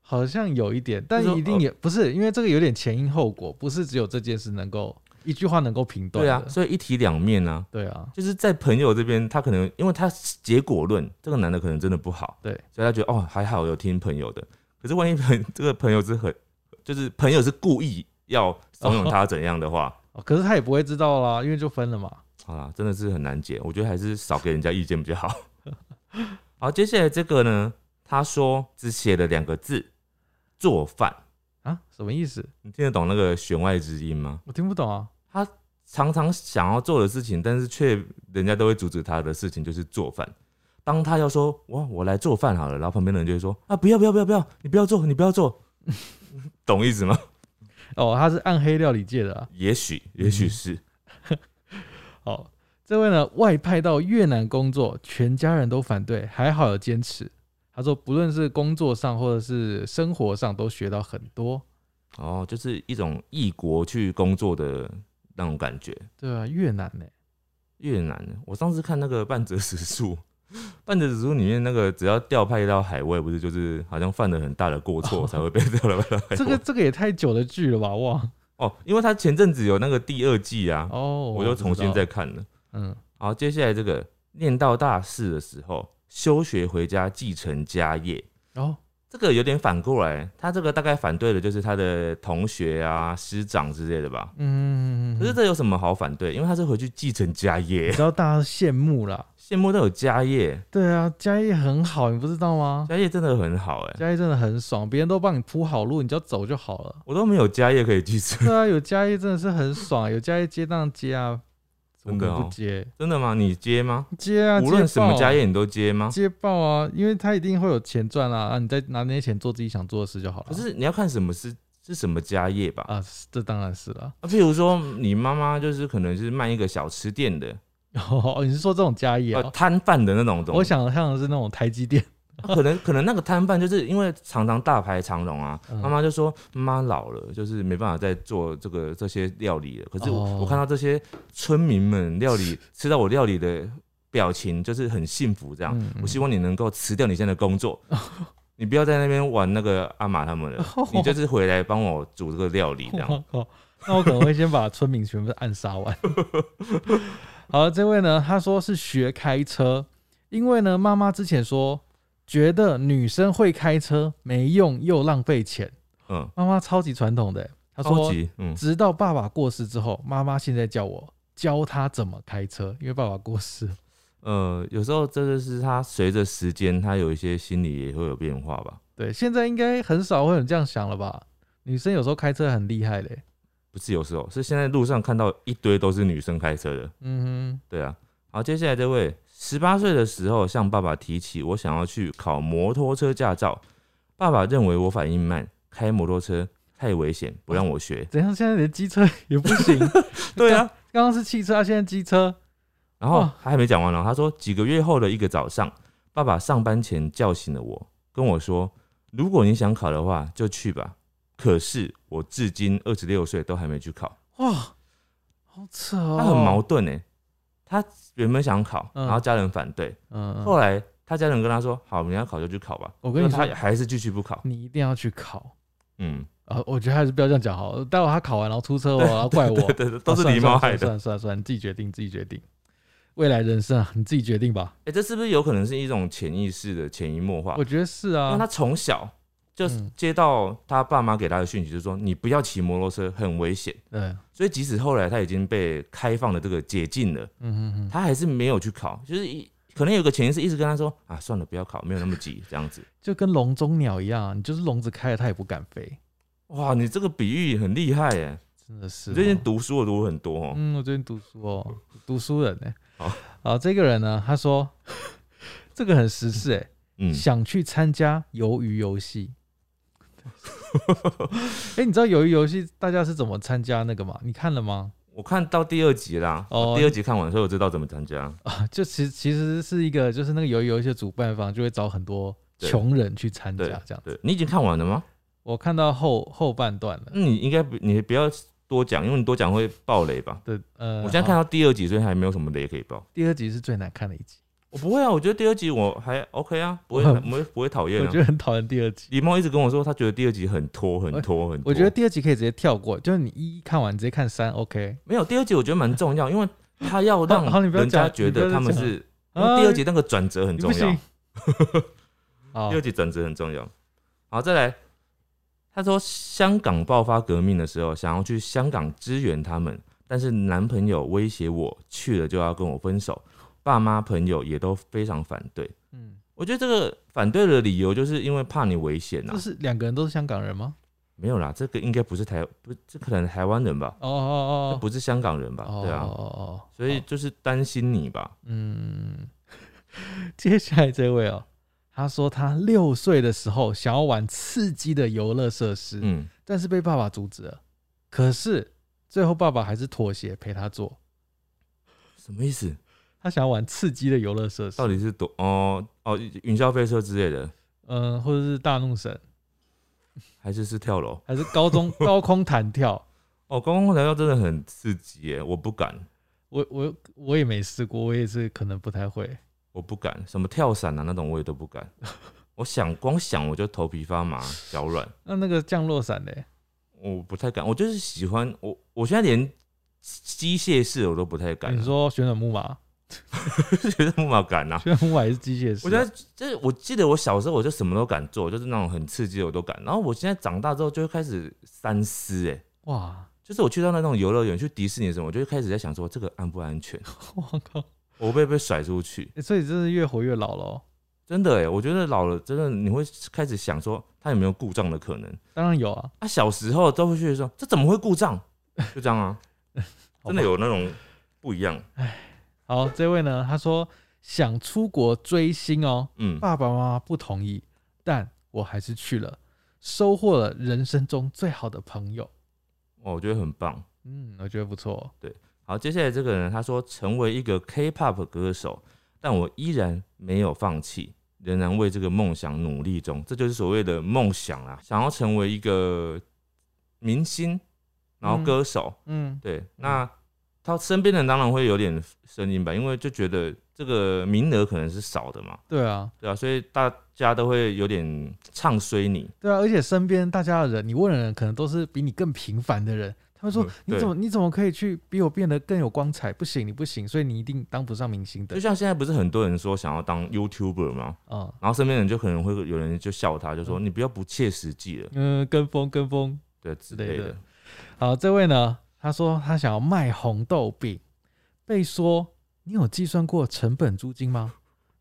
好像有一点，但
就说
一定也不是，因为这个有点前因后果，不是只有这件事能够一句话能够评断
对
的。
啊，所以一体两面啊，
对啊，
就是在朋友这边，他可能因为他结果论，这个男的可能真的不好，
对，
所以他觉得哦还好有听朋友的。可是万一朋这个朋友是很，就是朋友是故意要怂恿他怎样的话，
哦可是他也不会知道啦，因为就分了嘛。
好啦，真的是很难解。我觉得还是少给人家意见比较好。 好，接下来这个呢，他说只写了两个字“做饭
啊，什么意思？”，
你听得懂那个弦外之音吗？
我听不懂啊。
常常想要做的事情，但是却人家都会阻止他的事情，就是做饭。当他要说“哇，我来做饭好了”，然后旁边的人就会说：“啊，不要不要不要不要，你不要做，你不要做。”懂意思吗？
哦，他是暗黑料理界的啊。
也许，也许是、
好，哦这位呢外派到越南工作，全家人都反对，还好有坚持。他说，不论是工作上或者是生活上，都学到很多。
哦，就是一种异国去工作的那种感觉。
对啊，越南呢、
越南，我上次看那个半泽指数， 半泽指数里面那个只要调派到海外，不是就是好像犯了很大的过错才会被调派到海外。
哦这个这个也太久的剧了吧？哇
哦，因为他前阵子有那个第二季啊，
哦，
我又
不
重
知
新
道
再看了。
嗯，
好，接下来这个念到大四的时候，休学回家继承家业，
然后
这个有点反过来，他这个大概反对的就是他的同学啊、师长之类的吧。
嗯，
可是这有什么好反对？因为他是回去继承家
你
业，
知道大家羡慕啦。
羡慕都有家业，
对啊，嘉义很好，你不知道吗？
家业真的很好哎、。
嘉义真的很爽，别人都帮你铺好路，你只要走就好了
我都没有家业可以继 承，
对啊，有嘉义真的是很爽，有嘉义接当接啊，怎么
真的
可能不
哦
接？
真的吗？你接吗？
接啊，
无论
接
什
爆
么
啊
家业你都接吗？
接爆啊，因为他一定会有钱赚啦、啊，你再拿那些钱做自己想做的事就好了。
可是你要看什么是是什么家业吧。
啊，是这当然是了。
啊，譬如说你妈妈就是可能是卖一个小吃店的，
哦，你是说这种家业、
呃
啊？
摊贩的那种东西。
我想象的是那种台积电。
啊 可能可能那个摊贩就是因为常常大排长龙啊，
嗯
妈妈就说妈老了，就是没办法再做这个这些料理了。可是我,、
哦
我看到这些村民们料理吃到我料理的表情，就是很幸福这样。
嗯
我希望你能够辞掉你现在的工作，你不要在那边玩那个阿玛他 们了，你就是回来帮我煮这个料理这样。
我靠，那我可能会先把村民全部暗杀完。 好，这位呢，他说是学开车，因为呢，妈妈之前说觉得女生会开车没用又浪费钱，
嗯，
妈妈超级传统的欸、她
超
说
级嗯，
直到爸爸过世之后，妈妈现在叫我教她怎么开车，因为爸爸过世。
呃，有时候这就是他随着时间，他有一些心理也会有变化吧。
对，现在应该很少会有人这样想了吧？女生有时候开车很厉害嘞、
不是有时候，是现在路上看到一堆都是女生开车的。
嗯
对啊，好，接下来这位，十八岁的时候向爸爸提起我想要去考摩托车驾照，爸爸认为我反应慢，开摩托车太危险，不让我学
哼，。怎样？现在连机车 也不行。
对啊，
刚刚是汽车，啊现在机车。
然后
哇
他还没讲完哦呢，他说几个月后的一个早上，爸爸上班前叫醒了我，跟我说，如果你想考的话就去吧。可是我至今二十六岁都还没去考，
哇，好扯哦！
他很矛，盾呢、他原本想考，
嗯
然后家人反对，
嗯，
后来他家人跟他说：“好，你要考就去考吧。”
我跟你
结果
说
他还是继续不考。
你一定要去考
嗯，
啊！我觉得还是不要这样讲好了，待会他考完然后出 车祸，然后怪我，
对 对对，都是
啊
狸猫害
算了算了算了
的。
算了算了，你自己决定，自己决定。未来人生啊，你自己决定吧。
哎，这是不是有可能是一种潜意识的潜移默化
我？觉得是
因
啊
为他，从小就
嗯
接到他爸妈给他的讯息，就是说你不要骑摩托车，很危险。
对，嗯
所以即使后来他已经被开放的这个解禁了，
嗯嗯嗯，
他还是没有去考，就是一可能有个潜意识一直跟他说：“啊，算了，不要考，没有那么急。”这样子。
就跟笼中鸟一样，你就是笼子开了，它也不敢飞，
哇，你这个比喻很厉害耶！
真的是哦。
你最近读嗯书我读很多哦。
嗯，我最近读书哦，读书人呢、
好
好，这个人呢，他说 这个很时事哎、
嗯，
想去参加鱿鱼游戏。 哎、你知道鱿鱼游戏大家是怎么参加那个吗？你看了吗？
我看到第二集啦，
哦
我第二集看完，所以我知道怎么参加。
啊，就其实其实是一个，就是那个有有一些主办方就会找很多
对
穷人去参加
对
这样子。
对，你已经看完了吗？
我看到后后半段了，
那你应该不，你不要多讲，因为你多讲会爆雷吧。
对，呃，
我现在看
好
到第二集，所以还没有什么雷可以爆。
第二集是最难看的一集，
我不会啊，我觉得第二集我还 OK 啊，不会
我
不会不会讨厌
我
啊
觉。得很讨厌第二集。
李梦一直跟我说，他觉得第二集很拖，很拖，很拖。
我觉得第二集可以直接跳过，就是你一看完直接看三，OK。
没有第二集，我觉得蛮重要，因为他要
好好
让
你不要
人家
讲
觉
你不要
得
再
他们
讲
是。因
啊
为第二集那个转折很
你
重
不
要
行，。好
第二，集转折很重要。好，再来，他说香港爆发革命的时候，想要去香港支援他们，但是男朋友威胁我去了就要跟我分手，爸妈朋友也都非常反对。
嗯，
我觉得这个反对的理由就是因为怕你危险呐、
这啊是两个人都是香港人吗？
没有啦，这个应该不是台，不，这可能台湾人吧，
哦
这
哦
不是香港人
哦
吧？
哦，
对啊
哦，哦哦，
所以
好
就是担心你吧。
嗯，接下来这位哦，他说他六岁的时候想要玩刺激的游乐设施，
嗯，
但是被爸爸阻止了。可是最后爸爸还是妥协陪他做，
什么意思？
他想要玩刺激的游乐设施，
到底是多哦哦云霄飞车之类的，
嗯，或者是大怒神，
还是是跳楼？
还是高中高空弹跳。
哦，高空弹跳真的很刺激耶，我不敢，
我我我也没试过，我也是可能不太会。
我不敢，什么跳伞啊那种我也都不敢。我想光想我就头皮发麻，脚软，
那那个降落伞嘞，
我不太敢。我就是喜欢我，我现在连机械式我都不太敢、
你说旋转木马，
觉得木马敢啊？
旋转木马也是机械式啊。
我觉得这，我记得我小时候我就什么都敢做，就是那种很刺激的我都敢。然后我现在长大之后就会开始三思，哎，
哇，
就是我去到那种游乐园，去迪士尼什么，我就会开始在想说这个安不安全，
我靠、
我会不会被甩出去？
欸所以真是越活越老喽。
真的哎，我觉得老了真的你会开始想说它有没有故障的可能。
当然有啊，
啊，小时候都会觉得说这怎么会故障？就这样啊，
好吧
真的。有那种不一样。
好，这位呢，他说想出国追星哦，
嗯，
爸爸妈妈不同意，但我还是去了，收获了人生中最好的朋友。
哦我觉得很棒。
嗯，我觉得不错。
好，接下来这个人他说成为一个 K-pop 歌手，但我依然没有放弃，仍然为这个梦想努力中。这就是所谓的梦想啦，想要成为一个明星，然后
嗯
歌手。
嗯，
对，那他身边的人当然会有点声音吧，因为就觉得这个名额可能是少的嘛，
对啊，
对啊，所以大家都会有点唱衰你。
对啊，而且身边大家的人，你问的人可能都是比你更平凡的人，他们说、
嗯
你
对
怎么你怎么可以去比我变得更有光彩？不行，你不行，所以你一定当不上明星的
就。像现在不是很多人说想要当 YouTuber 吗？
嗯
然后身边人就可能会有人就笑他，就说你不要不切实际了，
嗯，跟风跟风。
对之
类
类
的
的。
好，这位呢，他说他想要卖红豆饼，被说你有计算过成本租金吗？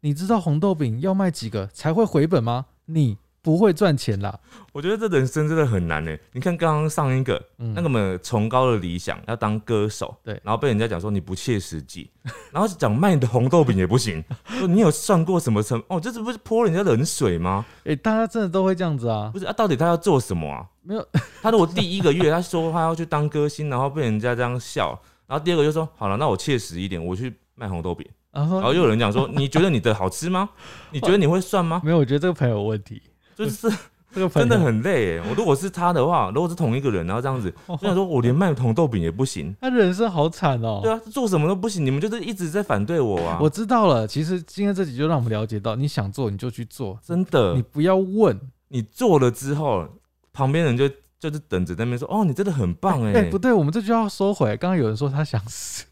你知道红豆饼要卖几个才会回本吗？你不会赚钱啦。
我觉得这人生真的很难呢。你看刚刚上一个
嗯，
那个们崇高的理想要当歌手，
对
然后被人家讲说你不切实际， 然后讲卖你的红豆饼也不行，说你有算过什么成？哦，这是不是泼人家冷水吗？
诶、大家真的都会这样子啊
不？是啊，到底他要做什么啊？
没有，
他如果第一个月他说他要去当歌星，然后被人家这样笑，然后第二个就说好了，那我切实一点，我去卖红豆饼。
然后
然后又有人讲说，你觉得你的好吃吗？你觉得你会算吗？
没有，我觉得这个朋友有问题，
就是
这个朋友
真的很累耶。我如果是他的话，如果是同一个人，然后这样子，
哦
我想说我连卖红豆饼也不行。
他人生好惨哦、
对啊，做什么都不行，你们就是一直在反对我啊！
我知道了，其实今天这集就让我们了解到，你想做你就去做，
真的
你，不要问。
你做了之后，旁边人就就是等着在那边说，哦，你真的很棒哎、
哎、不对，我们这就要收回。刚刚有人说他想死，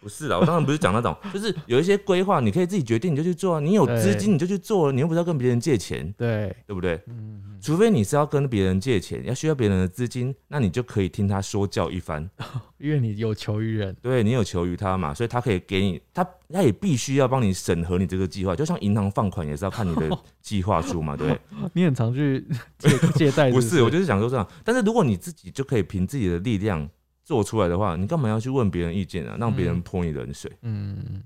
不是啦，我当然不是讲那种， 就是有一些规划，你可以自己决定，你就去做啊。你有资金你就去做了，啊你又不是要跟别人借钱，
对，
对不对？
嗯，
除非你是要跟别人借钱，要需要别人的资金，那你就可以听他说教一番。
因为你有求于人，
对你有求于他嘛，所以他可以给你，他他也必须要帮你审核你这个计划，就像银行放款也是要看你 的计划书嘛，对不对？
你很常去 借借贷
不
是
是，我就是想说这样，但是如果你自己就可以凭自己的力量做出来的话，你干嘛要去问别人意见啊？让别人
嗯
泼你冷水。
嗯，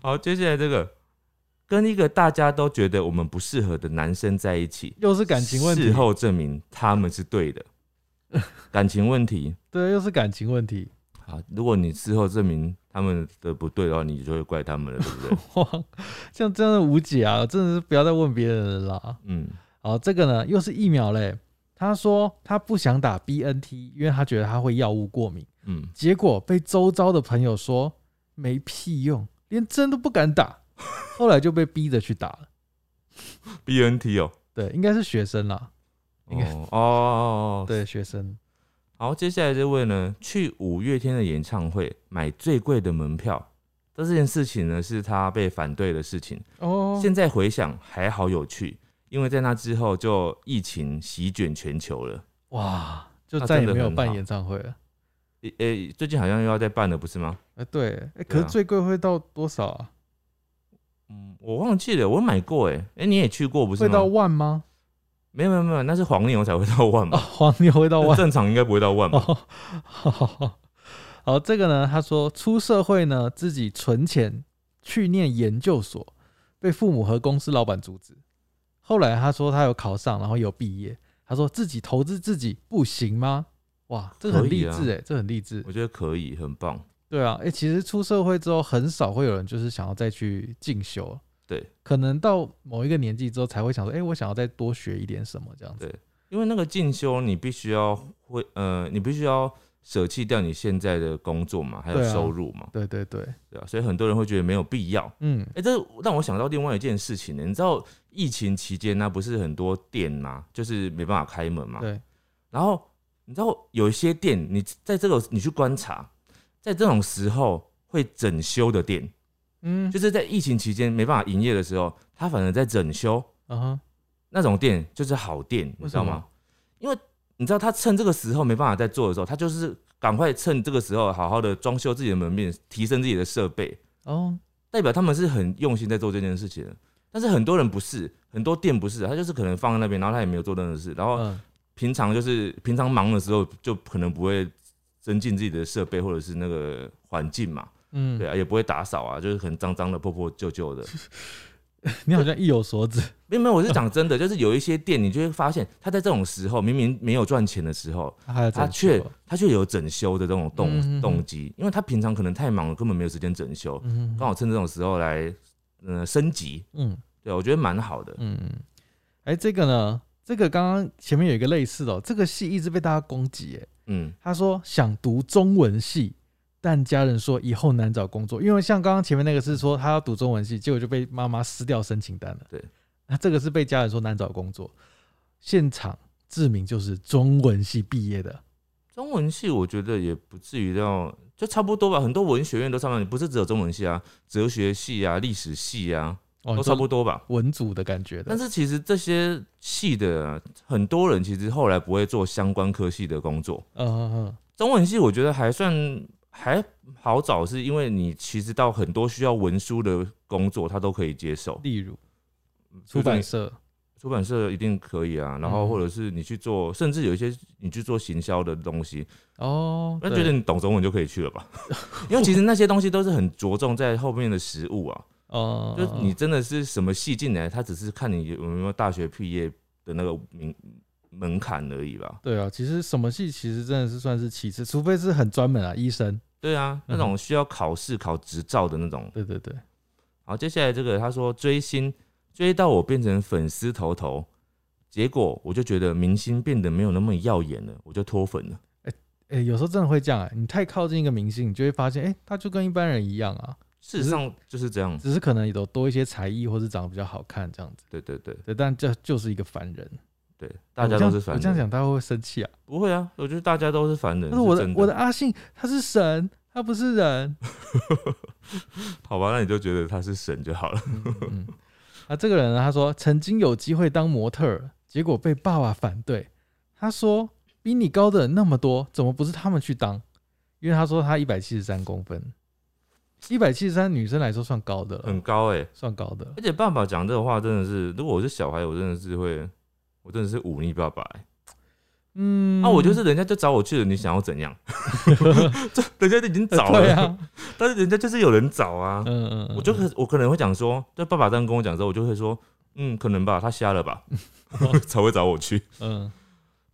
好，接下来这个跟一个大家都觉得我们不适合的男生在一起，
又是感情问题
事。后证明他们是对的。感情问题
对，又是感情问题。
啊，如果你事后证明他们的不对的话，你就会怪他们了，对不对？
哇，这样真的无解啊！真的是不要再问别人了啦。
嗯，
好，这个呢又是疫苗嘞。他说他不想打 BNT，因为他觉得他会药物过敏。
嗯，
结果被周遭的朋友说没屁用，连针都不敢 打。后来就被逼着去打了。
BNT 哦，
对，应该是学生啦。应该
哦哦哦，哦，
对，学生。
好，接下来这位呢，去五月天的演唱会买最贵的门票，但这件事情呢是他被反对的事情。
哦，
现在回想还好有趣，因为在那之后就疫情席卷全球了。
哇，就
那
再也
真的
没有
很
办
好
演唱会了。
诶、诶最近好像又要再办了，不是吗？
哎、对，哎、可是
啊
最贵会到多少啊？
嗯，我忘记了，我买过诶、诶、你也去过不是
会
吗
到？万吗？
没有没有没有，那是黄牛才会到万
哦，
吧？
黄牛会到 万。
正常应该不会到万吧？
哦， 好好好，好，这个呢，他说出社会呢，自己存钱去念研究所，被父母和公司老板阻止。后来他说他有考上，然后有毕业。他说自己投资自己不行吗？哇，这个很
可
励
以啊
志哎、这很励志。
我觉得可以，很棒。
对啊，哎、其实出社会之后，很少会有人就是想要再去进修。
对，
可能到某一个年纪之后才会想说，哎、我想要再多学一点什么这样子。
因为那个进修，你必须要会，呃，你必须要舍弃掉你现在的工作嘛，还有
对啊
收入嘛，
对对对，
对啊，所以很多人会觉得没有必要。
嗯，
哎、这让我想到另外一件事情呢，你知道疫情期间啊呢、不是很多店嘛，就是没办法开门嘛，
对，
然后你知道有一些店，你在这个你去观察，在这种时候会整修的店，
嗯，
就是在疫情期间没办法营业的时候，它反而在整修，
啊哈，
那种店就是好店，你知道
为什
吗
么？
因为你知道他趁这个时候没办法再做的时候，他就是赶快趁这个时候好好的装修自己的门面，提升自己的设备，
哦，
代表他们是很用心在做这件事情的。但是很多人不是，很多店不是，他就是可能放在那边，然后他也没有做任何事，然后
嗯，
平常就是平常忙的时候就可能不会增进自己的设备或者是那个环境嘛，
嗯，
对啊，也不会打扫啊，就是很脏脏的、破破旧旧的。
你好像意有所指。
没有没有，我是讲真的，就是有一些店，你就会发现，他在这种时候明明没有赚钱的时候，
他还有
他
整
却
修
他却有整修的这种动、
嗯哼哼
动机，因为他平常可能太忙了，根本没有时间整修，
嗯
刚好趁这种时候来呃升级，
嗯
对我觉得蛮好的。
嗯，嗯哎、这个呢，这个刚刚前面有一个类似的、哦，这个戏一直被大家攻击。哎，
嗯，
他说想读中文系，但家人说以后难找工作，因为像刚刚前面那个是说他要读中文系，结果就被妈妈撕掉申请单了。
对，
那这个是被家人说难找工作，现场志明就是中文系毕业的。
中文系我觉得也不至于到就差不多吧，很多文学院都上面，不是只有中文系啊，哲学系啊、历史系啊，
哦，
都
你
差不
说
多吧。
文组的感觉的，
但是其实这些系的啊很多人其实后来不会做相关科系的工作，
嗯嗯嗯，
中文系我觉得还算还好找，是因为你其实到很多需要文书的工作，他都可以接受。
例如
嗯就是
出版
你
社，
出版社一定可以啊，然后
嗯
或者是你去做，甚至有一些你去做行销的东西，
哦，
那
对
觉得你懂中文就可以去了 吧？因为其实那些东西都是很着重在后面的实物啊，
哦，
就是你真的是什么系进
嗯
来，他只是看你有没有大学毕业的那个门门槛而已吧。
对啊，其实什么系其实真的是算是其次，除非是很专门啊，医生。
对啊，那
嗯
种需要考试、考执照的那种
对对对，
好，接下来这个他说追星追到我变成粉丝头头，结果我就觉得明星变得没有那么耀眼了，我就脱粉了。
哎、有时候真的会这样、欸，你太靠近一个明星，你就会发现，哎、他就跟一般人一样啊，
事实上就是这样，
只是可能有多一些才艺，或是长得比较好看这样子。
对对对
对，但这就是一个凡人，
对，大
我
家
这
都
样
是凡
我这样
人，
讲，大家会不会生气啊？
不会啊，我觉得大家都是凡人，
但是我的
真的
我的阿信他是神，他不是 人。
好吧，那你就觉得他是神就好了。
嗯嗯，啊，这个人呢，他说曾经有机会当模特儿，结果被爸爸反对。他说比你高的人那么多，怎么不是他们去当？因为他说他一百七十三公分，一百七十三女生来说算高的了，
很高哎、
算高的了。
而且爸爸讲这个话真的是，如果我是小孩，我真的是会，我真的是忤逆爸爸、欸。
嗯，
啊，我就是人家就找我去了，你想要怎样？ 这人家已经找
对
了，
啊，
但是人家就是有人找啊。
嗯嗯，嗯
我就可我可能会讲说，就爸爸这样跟 我讲之后，我就会说，嗯，可能吧，他瞎了吧，才会找我去。
嗯，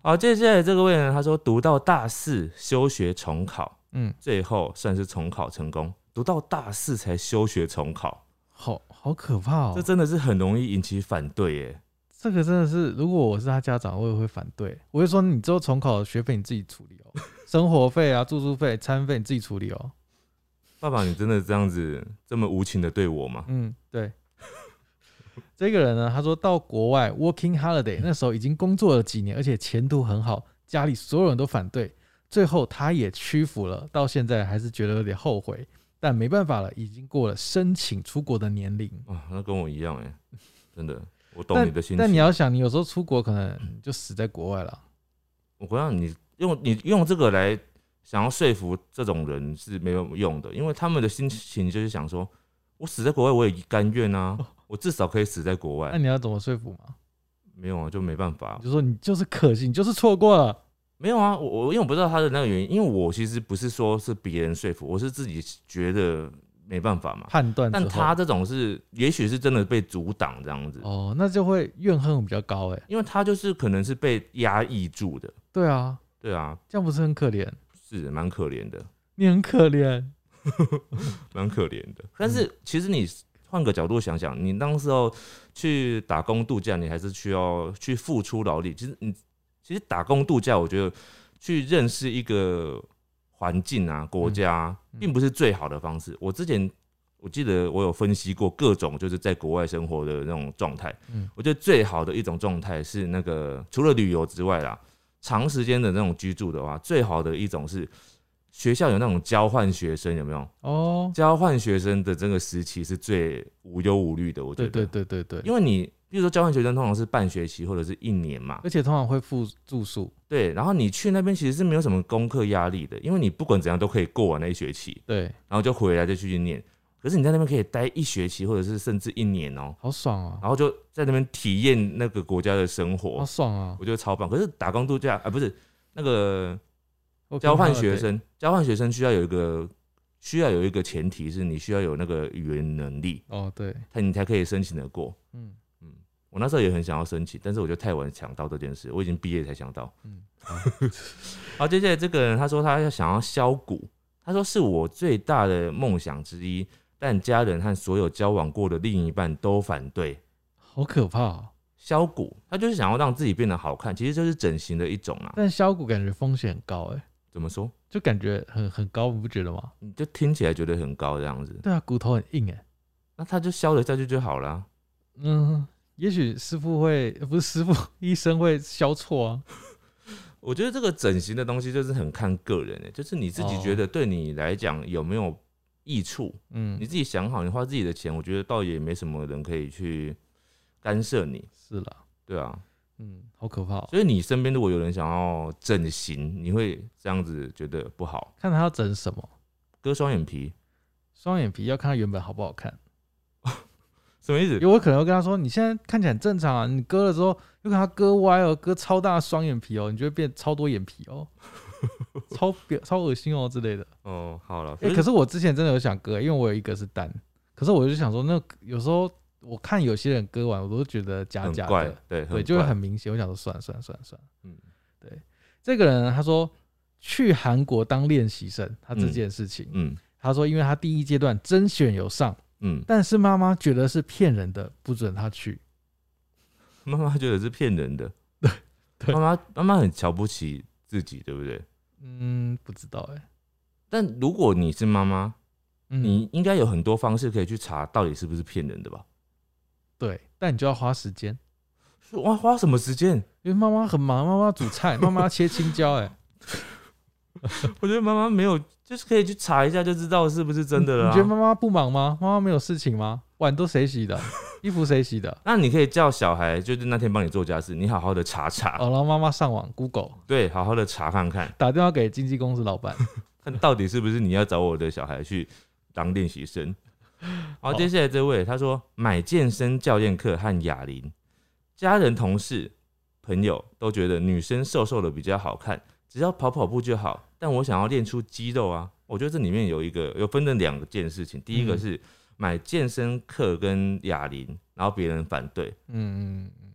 好，接下来这个位呢，他说读到大四休学重考，
嗯，
最后算是重考成功。读到大四才休学重考，
好好可怕哦、
这真的是很容易引起反对耶。
这个真的是，如果我是他家长，我也会反对。我会说，你之后重考的学费你自己处理哦，生活费啊、住宿费、餐费你自己处理哦。
爸爸，你真的这样子这么无情的对我吗？
嗯，对。这个人呢，他说到国外 working holiday，那时候已经工作了几年，而且前途很好，家里所有人都反对，最后他也屈服了，到现在还是觉得有点后悔，但没办法了，已经过了申请出国的年龄。
啊，那跟我一样哎，真的，我懂
但
你的心情。
但你要想，你有时候出国可能就死在国外了。
我不让你用你用这个来想要说服这种人是没有用的，因为他们的心情就是想说，我死在国外我也甘愿啊，我至少可以死在国
哦那
外。
你要怎么说服嘛？
没有啊，就没办法
你，就说你就是可惜，你就是错过了。
没有啊，我我因为我不知道他的那个原因，因为我其实不是说是别人说服，我是自己觉得没办法嘛。
判断之后，
但他这种是，也许是真的被阻挡这样子，
哦，那就会怨恨比较高哎。
因为他就是可能是被压抑住的，
对啊，
对啊，
这样不是很可怜？
是蛮可怜的。
你很可怜，
蛮可怜的。但是其实你换个角度想想，你当时候去打工度假，你还是需要去付出劳力。其实你其实打工度假，我觉得去认识一个环境啊、国家啊、
嗯
并不是最好的方式。我之前。我记得我有分析过各种就是在国外生活的那种状态，
嗯
我觉得最好的一种状态是那个除了旅游之外啦，长时间的那种居住的话，最好的一种是学校有那种交换学生，有没有？
哦，
交换学生的这个时期是最无忧无虑的，我觉
对
得。
对对对对，
因为你，比如说交换学生通常是半学期或者是一年嘛，
而且通常会付住宿，
对。然后你去那边其实是没有什么功课压力的，因为你不管怎样都可以过完那一学期，
对，
然后就回来就去念。可是你在那边可以待一学期或者是甚至一年哦、
好爽啊，
然后就在那边体验那个国家的生
好
活，
爽啊！
我觉得超棒。可是打工度假啊、不是那个
我
交换
看到了
学，生，交换学生需要有一个需要有一个前提是你需要有那个语言能力。
对哦对，
他你才可以申请得过。
嗯，
我那时候也很想要申请，但是我就太晚想到这件事，我已经毕业才想到。
嗯
嗯， 好，接下来这个人他说他要想要削骨，他说是我最大的梦想之一，但家人和所有交往过的另一半都反对
好可怕哦。
削骨，他就是想要让自己变得好看，其实就是整形的一种啊。
但削骨感觉风险很高哎，
怎么说？
就感觉很很高，你不觉得吗？
你就听起来觉得很高这样子，
对啊，骨头很硬哎，
那他就削了下去就好了。
嗯，也许师傅会呃不是师傅，医生会削错 啊。
我觉得这个整形的东西就是很看个人的、欸就是你自己觉得对你来讲有没有益处，
嗯
你，自己想好，你花自己的钱，我觉得倒也没什么人可以去干涉你，
是啦，
对啊。
嗯，好可怕哦。
所以你身边如果有人想要整形，你会这样子觉得不好，
看他要整什么，
割双眼皮
双眼皮要看他原本好不好看。
什么意思
因为？我可能会跟他说，你现在看起来很正常啊，你割了之后，又看他割歪哦，割超大的双眼皮哦，你就会变超多眼皮 哦，超表超恶心哦之类的。
哦，好了，
哎、可是我之前真的有想割，因为我有一个是单，可是我就想说，那有时候我看有些人割完，我都觉得假
很
假
怪
的，，
对，
对，
很
就会
怪
很明显。我想说，算了算了算了算了，嗯
嗯，
对。这个人呢他说去韩国当练习生，他这
嗯
件事情，
嗯
他说因为他第一阶段甄选有上，
嗯，
但是妈妈觉得是骗人的，不准他去。
妈妈觉得是骗人的，
对
妈妈妈妈很瞧不起自己，对不对？
嗯，不知道哎、
但如果你是妈妈，
嗯，
你应该有很多方式可以去查到底是不是骗人的吧？
对，但你就要花时间，
花花什么时间？
因为妈妈很忙，妈妈煮菜，妈妈切青椒、 哎，
我觉得妈妈没有，就是可以去查一下就知道是不是真的了、
嗯
啊
你觉得妈妈不忙吗？妈妈没有事情吗？碗都谁洗的？衣服谁 洗的？
那你可以叫小孩，就是那天帮你做家事，你好好的查查，
哦，然后妈妈上网 Google
对，好好的查看看，
打电话给经纪公司老板，
看到底是不是你要找我的小孩去当练习生。好，
好
接下来这位他说买健身教练课和哑铃，家人、同事、朋友都觉得女生瘦瘦的比较好看，只要跑跑步就好。但我想要练出肌肉啊，我觉得这里面有一个有分成两件事情，第一个
嗯
是买健身课跟哑铃，然后别人反对，
嗯嗯嗯，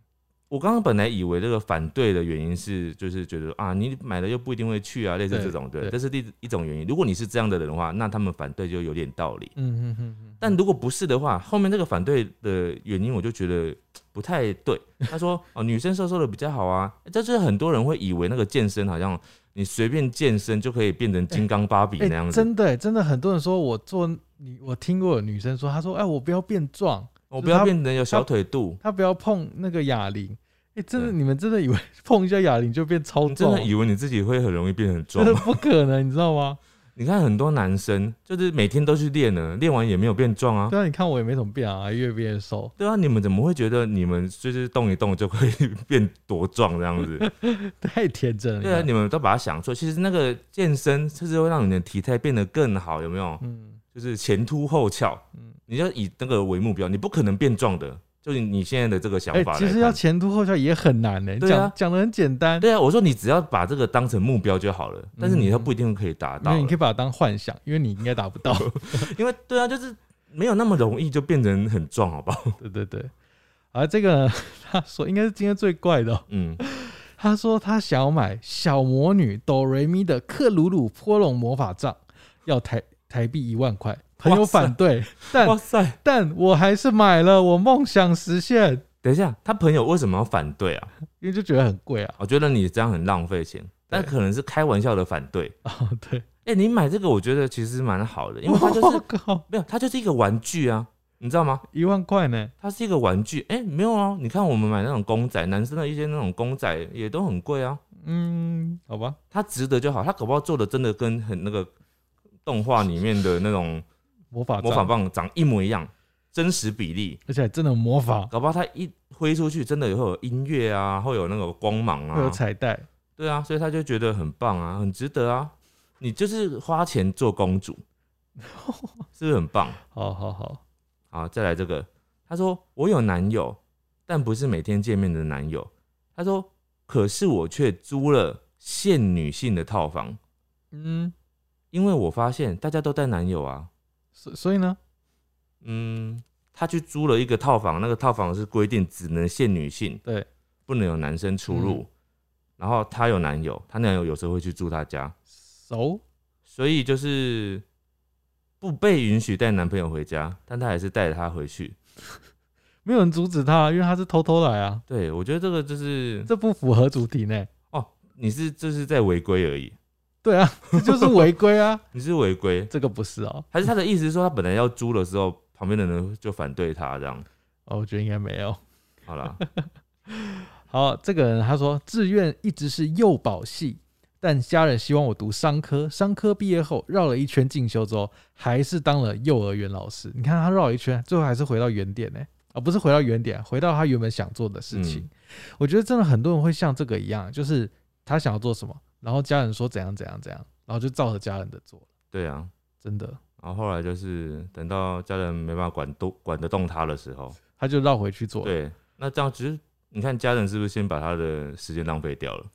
我刚刚本来以为这个反对的原因是，就是觉得啊，你买了又不一定会去啊，类似
对
这种，对，
对
这是第一种原因。如果你是这样的人的话，那他们反对就有点道理。
嗯嗯嗯嗯，
但如果不是的话，后面这个反对的原因我就觉得不太对。他说哦，女生瘦瘦的比较好啊，这就是很多人会以为那个健身好像你随便健身就可以变成金刚芭比
哎、
那样子。
真的、真的很多人说我做女，我听过有女生说，她说哎、我不要变壮，
我哦不要变成有小腿肚，
她不要碰那个哑铃。哎、真的，
对
你们真的以为 碰一下哑铃就变超
你真
重？
的以为你自己会很容易变很壮
真的
吗？
不可能，你知道吗？
你看很多男生就是每天都去练呢，练完也没有变壮啊。
对啊，你看我也没怎么变啊，越变越瘦。
对啊，你们怎么会觉得你们就是动一动就可以 变多壮这样 子？
啊太天真了。
对啊，
看
你们都把它想错。其实那个健身就是会让你的体态变得更好，有没有？
嗯
就是前凸后翘。
嗯，
你要以那个为目标，你不可能变壮的。就是你现在的这个想
哎、
法来看、
其实要前凸后翘也很难呢、
对啊
讲讲的很简单，
对啊，我说你只要把这个当成目标就好了，但是你它不一定可以达
因
到
为
了、
嗯你可以把它当幻想，因为你应该达不 到。
因为对啊，就是没有那么容易就变成很壮，好不好？
对对对。而这个 他说应该是今天最怪的哦、
嗯，
他说他想要买小魔女哆瑞咪的克鲁鲁波龙魔法杖，要台台币一万块。朋友
哇塞
反对，
哇
但
塞，
但我还是买了，我梦想实现，
等一下，他朋友为什么要反对啊？
因为就觉得很贵啊。
我觉得你这样很浪费钱，但可能是开玩笑的反对。
哦，对，
哎、你买这个我觉得其实蛮好的，因为它就是
我 靠，
没有，它就是一个玩具啊，你知道吗？
一万块呢，
它是一个玩具。哎、没有啊，你看我们买那种公仔，男生的一些那种公仔也都很贵啊，
嗯，好吧，
它值得就好。它搞不好做的真的跟很那个动画里面的那 种
魔法
魔法
杖，
棒长一模一样，真实比例。
而且还真的有魔法，
搞不好它一挥出去，真的会有音乐啊，会有那个光芒
会有
啊，
彩带，
对啊，所以他就觉得很棒啊，很值得啊。你就是花钱做公主，是不是很棒？
好好好，
好，再来这个，他说我有男友，但不是每天见面的男友。他说，可是我却租了限女性的套房，
嗯，
因为我发现大家都带男友啊。
所所以呢，
嗯，他去租了一个套房，那个套房是规定只能限女性，
对，
不能有男生出入。然后她有男友，她男友有时候会去住她家，
熟
所以就是不被允许带男朋友回家，但她还是带着他回去。
没有人阻止他，因为他是偷偷来啊，
对我觉得这个就是
这不符合主题呢。
你是这是在违规而已，
对啊，这就是违规啊，
你是违规，
这个不是哦，
还是他的意思是说他本来要租的时候，旁边的人就反对他这样？
哦，我觉得应该没有。
好啦，
好，这个人他说志愿一直是幼保系，但家人希望我读商科，商科毕业后绕了一圈进修之后，还是当了幼儿园老师。你看他绕了一圈，最后还是回到原点呢、啊，不是回到原点，回到他原本想做的事情。
嗯
我觉得真的很多人会像这个一样，就是他想要做什么，然后家人说怎样怎样怎样，然后就照着家人的做，
对啊。
真的，
然后后来就是等到家人没办法管动管得动他的时候，
他就绕回去做。，
对，那这样其实你看家人是不是先把他的时间浪费掉了？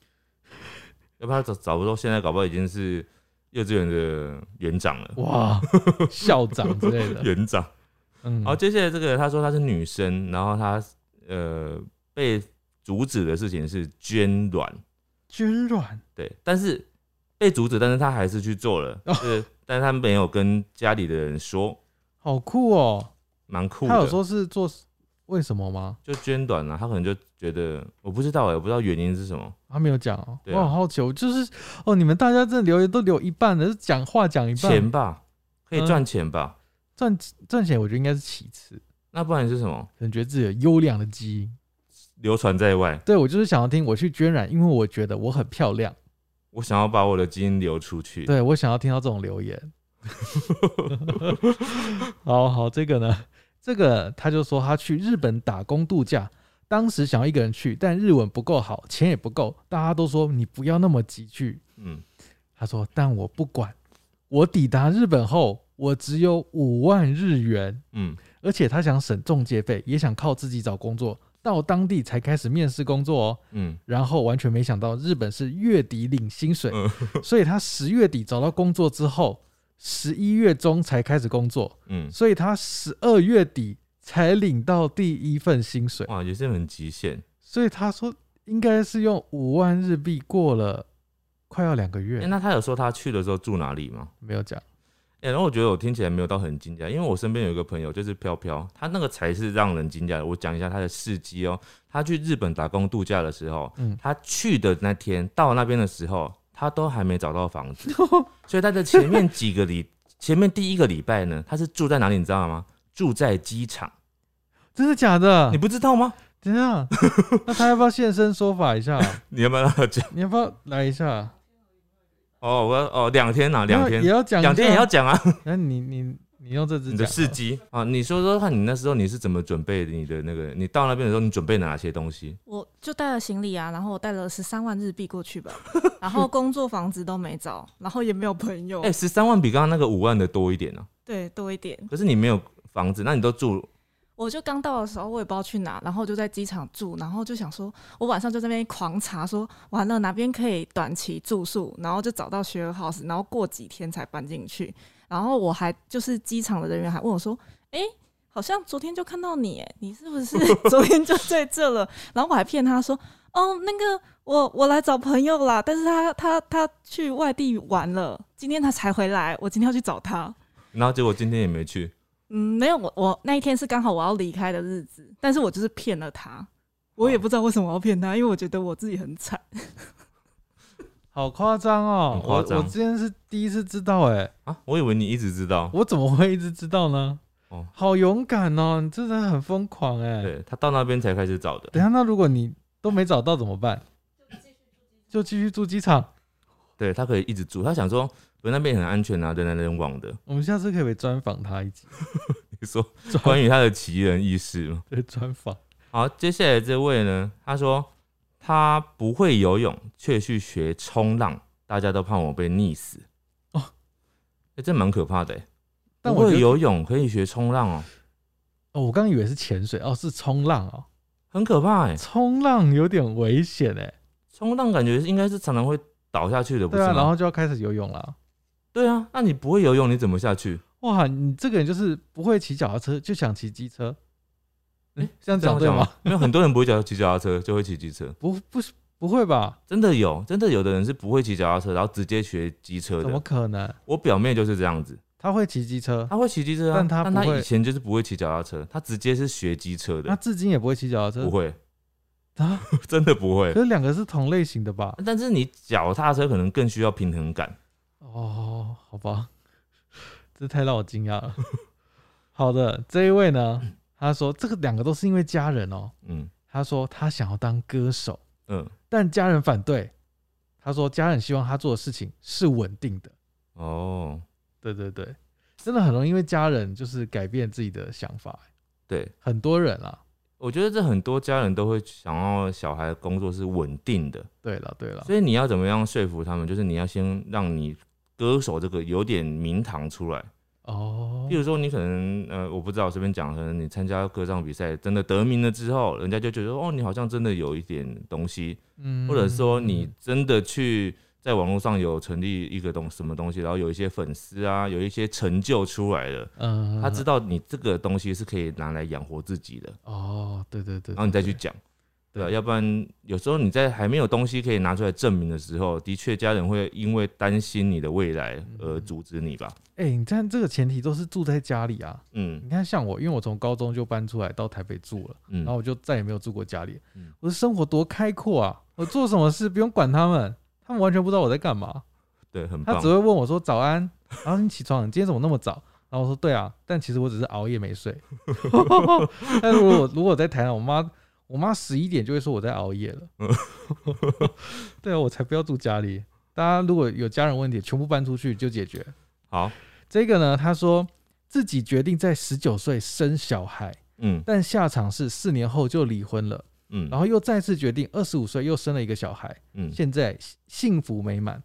要不然他早早不到现在，搞不好已经是幼稚园的园长了。
哇，校长之类的，
园长。
嗯，
好，接下来哦这个他说她是女生，然后她呃被阻止的事情是捐卵，
捐卵，
对，但是被阻止，但是她还是去 做了，
哦
对，但是她没有跟家里的人说，
好酷哦。
蛮酷
他有
的。
说是做为什么吗？
就捐卵了、啊，她可能就觉得我不知道哎、我不知道原因是什么，
他没有讲哦、
对
我
啊
好好奇哦，我就是哦，你们大家这留言都留一半的，是讲话讲一
钱
半，
吧，可以
嗯
赚钱吧。
赚赚钱我觉得应该是其次，
那不然是什么？
可能觉得自己有优良的基因。
流传在外，
对我就是想要听我去捐染，因为我觉得我很漂亮，
我想要把我的基因流出去。
对我想要听到这种留言。 好好，这个呢，这个他就说他去日本打工度假，当时想要一个人去，但日文不够好，钱也不够，大家都说你不要那么急去，
嗯，
他说：“但我不管，我抵达日本后，我只有五万日元，
嗯，
而且他想省中介费，也想靠自己找工作，到当地才开始面试工作哦。
嗯，
然后完全没想到日本是月底领薪水，
嗯
所以他十月底找到工作之后，十一月中才开始工作，
嗯，
所以他十二月底才领到第一份薪水。
哇，也是很极限。
所以他说应该是用五万日币过了快要两个
哎、
月，
那他有说他去的时候住哪里吗？
没有讲。
哎、然后我觉得我听起来没有到很惊讶，因为我身边有一个朋友就是飘飘，他那个才是让人惊讶的。我讲一下他的事迹哦，他去日本打工度假的时候，
嗯
他去的那天到那边的时候，他都还没找到 房子，所以他的前面几个礼，前面第一个礼拜呢，他是住在哪里，你知道吗？住在机场，
真的假的？
你不知道吗？
等一下，那他要不要现身说法一 下？
你要不要让他讲？
你要不要来一下？
哦，我要哦，两天啊，两
也
天，
要讲一下，
两天也要讲啊，
那你你你用这只
你的
讲
事迹啊，你说说看，你那时候你是怎么准备你的那个？你到那边的时候，你准备哪些东西？
我就带了行李啊，然后我带了十三万日币过去吧，然后工作房子都没找，然后也没有朋友，
哎、十三万比刚刚那个五万的多一点呢、哦
对，多一点。
可是你没有房子，那你都住
我就刚到的时候，我也不知道去哪，然后就在机场住，然后就想说，我晚上就在那边狂查说，完了哪边可以短期住宿，然后就找到 share house，然后过几天才搬进去。然后我还就是机场的人员还问我说，诶，好像昨天就看到你，诶，你是不是 昨天就在这了？然后我还骗他说，哦，那个我我来找朋友啦，但是他他他去外地玩了，今天他才回来，我今天要去找他。
然后结果今天也没去，
嗯，没有，我我那一天是刚好我要离开的日子，但是我就是骗了他，我也不知道为什么要骗他，因为我觉得我自己很惨。
好夸张哦！
很
我
夸
我
张
之前是第一次知道、哎，
啊！我以为你一直知道。
我怎么会一直知道呢？
哦
好勇敢哦！你真的很疯狂哎、
对他到那边才开始找的，
等一下，那如果你都没找到怎么办？就继续住机场。
对他可以一直住。他想说，不是那边也很安全啊，人来人往的。
我们下次可不可以专访他一集，
你说
专
关于他的奇人异事吗？
对专访。
好，接下来这位呢，他说他不会游泳，却去学冲浪，大家都怕我被溺死。
哦
哦，这蛮可怕的欸。
但
不
我觉
会
得，
游泳可以学冲浪哦，
哦，我刚以为是潜水，哦，是冲浪哦，
很可怕哎。
冲浪有点危险哎、
冲浪感觉应该是常常会倒下去的，不
对
是
啊，然
吗？
后就要开始游泳了。
对啊，那你不会游泳，你怎么 下去？
哇，你这个人就是不会骑脚踏车，就想骑机车。哎、这样
这
讲
样
对
讲
吗？？
没有，很多人不会脚骑脚踏车，就会骑机车。
不，不是，不会吧？
真的有，真的有的人是不会骑脚踏车，然后直接学机车
怎么
的。
可能？
我表妹就是这样子，
他会骑机车，
她会骑机车啊，
但她
她但她
不会
以前就是不会骑脚踏车，她直接是学机车
他
的，
至今也不会骑脚踏车。
不会，
啊，
真的不会
可。是两个是同类型的吧？
但是你脚踏车可能更需要平衡感。
哦，好吧， 这太让我惊讶了。 好的，这一位呢，他说这个两个都是因为家人哦。
嗯
他说他想要当歌手，
嗯
但家人反对。他说家人希望他做的事情是稳定的。
哦，
对对对，真的很容易因为家人就是改变自己的想法，
对，
很多人啊。
我觉得这很多家人都会想要小孩工作是稳定的，
对了对了，
所以你要怎么样说服他们？就是你要先让你歌手这个有点名堂出来。
哦
比，如说，你可能呃，我不知道，随便讲，可能你参加歌唱比赛真的得名了之后，人家就觉得哦，你好像真的有一点东西，
嗯
或者说你真的去在网络上有成立一个东什么东西，然后有一些粉丝啊，有一些成就出来了，
嗯，
他知道你这个东西是可以拿来养活自己的，
哦，对对对，
然后你再去
对
讲，对啊，要不然有时候你在还没有东西可以拿出来证明的时候，的确家人会因为担心你的未来而
嗯
阻止你吧。
哎、你看这个前提都是住在家里啊。
嗯
你看，像我，因为我从高中就搬出来到台北住了，
嗯
然后我就再也没有住过家里。
嗯
我的生活多开阔啊！我做什么事不用管他们，他们完全不知道我在干嘛。
对，很
他
棒
只。会问我说早安，然后你起床了，你今天怎么那么早？然后我说对啊，但其实我只是熬夜没睡。但如果如果我在台南，我妈我妈十一点就会说我在熬夜了。对啊，我才不要住家里。大家如果有家人问题，全部搬出去就解决。
好，
这个呢，他说自己决定在十九岁生小孩，
嗯
但下场是四年后就离婚了，
嗯，
然后又再次决定二十五岁又生了一个小孩，
嗯
现在幸福美满。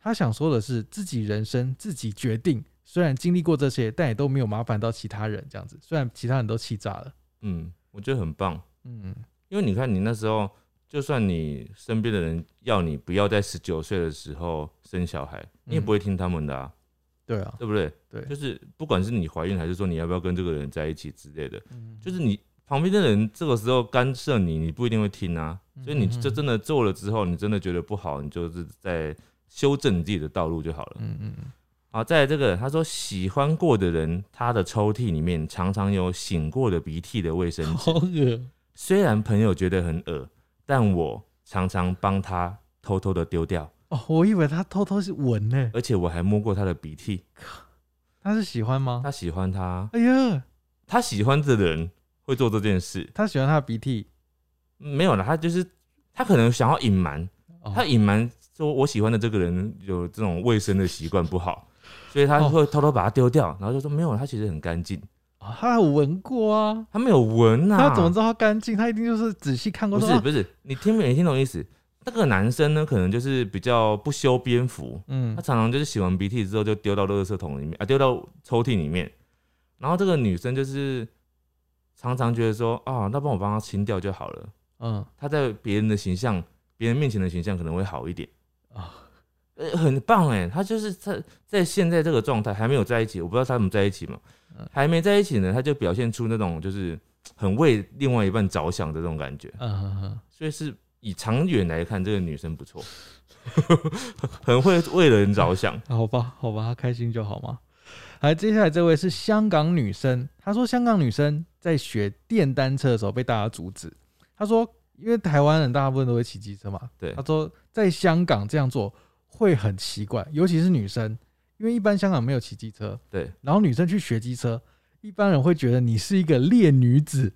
他想说的是自己人生自己决定，虽然经历过这些，但也都没有麻烦到其他人这样子。虽然其他人都气炸了，
嗯，我觉得很棒，
嗯，
因为你看你那时候，就算你身边的人要你不要在十九岁的时候生小孩，你也
嗯
不会听他们的啊，
对啊，
对不对？
对
就是不管是你怀孕还是说你要不要跟这个人在一起之类的，
嗯
就是你旁边的人这个时候干涉你，你不一定会听啊。所以你
嗯嗯
这真的做了之后，你真的觉得不好，你就是在修正你自己的道路就好了。
嗯嗯嗯，
好，再来这个，他说喜欢过的人，他的抽屉里面常常有醒过的鼻涕的卫生纸。
好恶，
虽然朋友觉得很恶，但我常常帮他偷偷的丢掉，
哦，我以为他偷偷是闻呢、
而且我还摸过他的鼻涕。
他是喜欢吗？
他喜欢他，
哎呀，
他喜欢的人会做这件事，
他喜欢他的鼻涕，
嗯没有了，他就是他可能想要隐瞒，
哦
他隐瞒说我喜欢的这个人有这种卫生的习惯不好，所以他会偷偷把它丢掉，然后就说没有，他其实很干净，
哦他有闻过啊，
他没有闻啊，
他怎么知道他干净？他一定就是仔细看过，
不
说
是
啊
不是，你听没听懂意思？那个男生呢，可能就是比较不修边幅，
嗯
他，常常就是洗完鼻涕之后就丢到垃圾桶里面啊，丢到抽屉里面。然后这个女生就是常常觉得说啊，那帮我帮她清掉就好了。
嗯
她在别人的形象、别人面前的形象可能会好一点
啊
呃，很棒哎，她就是在在现在这个状态还没有在一起，我不知道他们在一起嘛
嗯，
还没在一起呢，她就表现出那种就是很为另外一半着想的这种感觉，
嗯嗯嗯，
所以是以长远来看，这个女生 不错，很会为人着想。
好吧，好吧，他开心就好嘛。来，接下来这位是香港女生，她说香港女生在学电单车的时候被大家阻止。她说，因为台湾人大部分都会骑机车嘛，
对
她说在香港这样做会很奇怪，尤其是女生，因为一般香港没有骑机车，
对，
然后女生去学机车，一般人会觉得你是一个烈女子，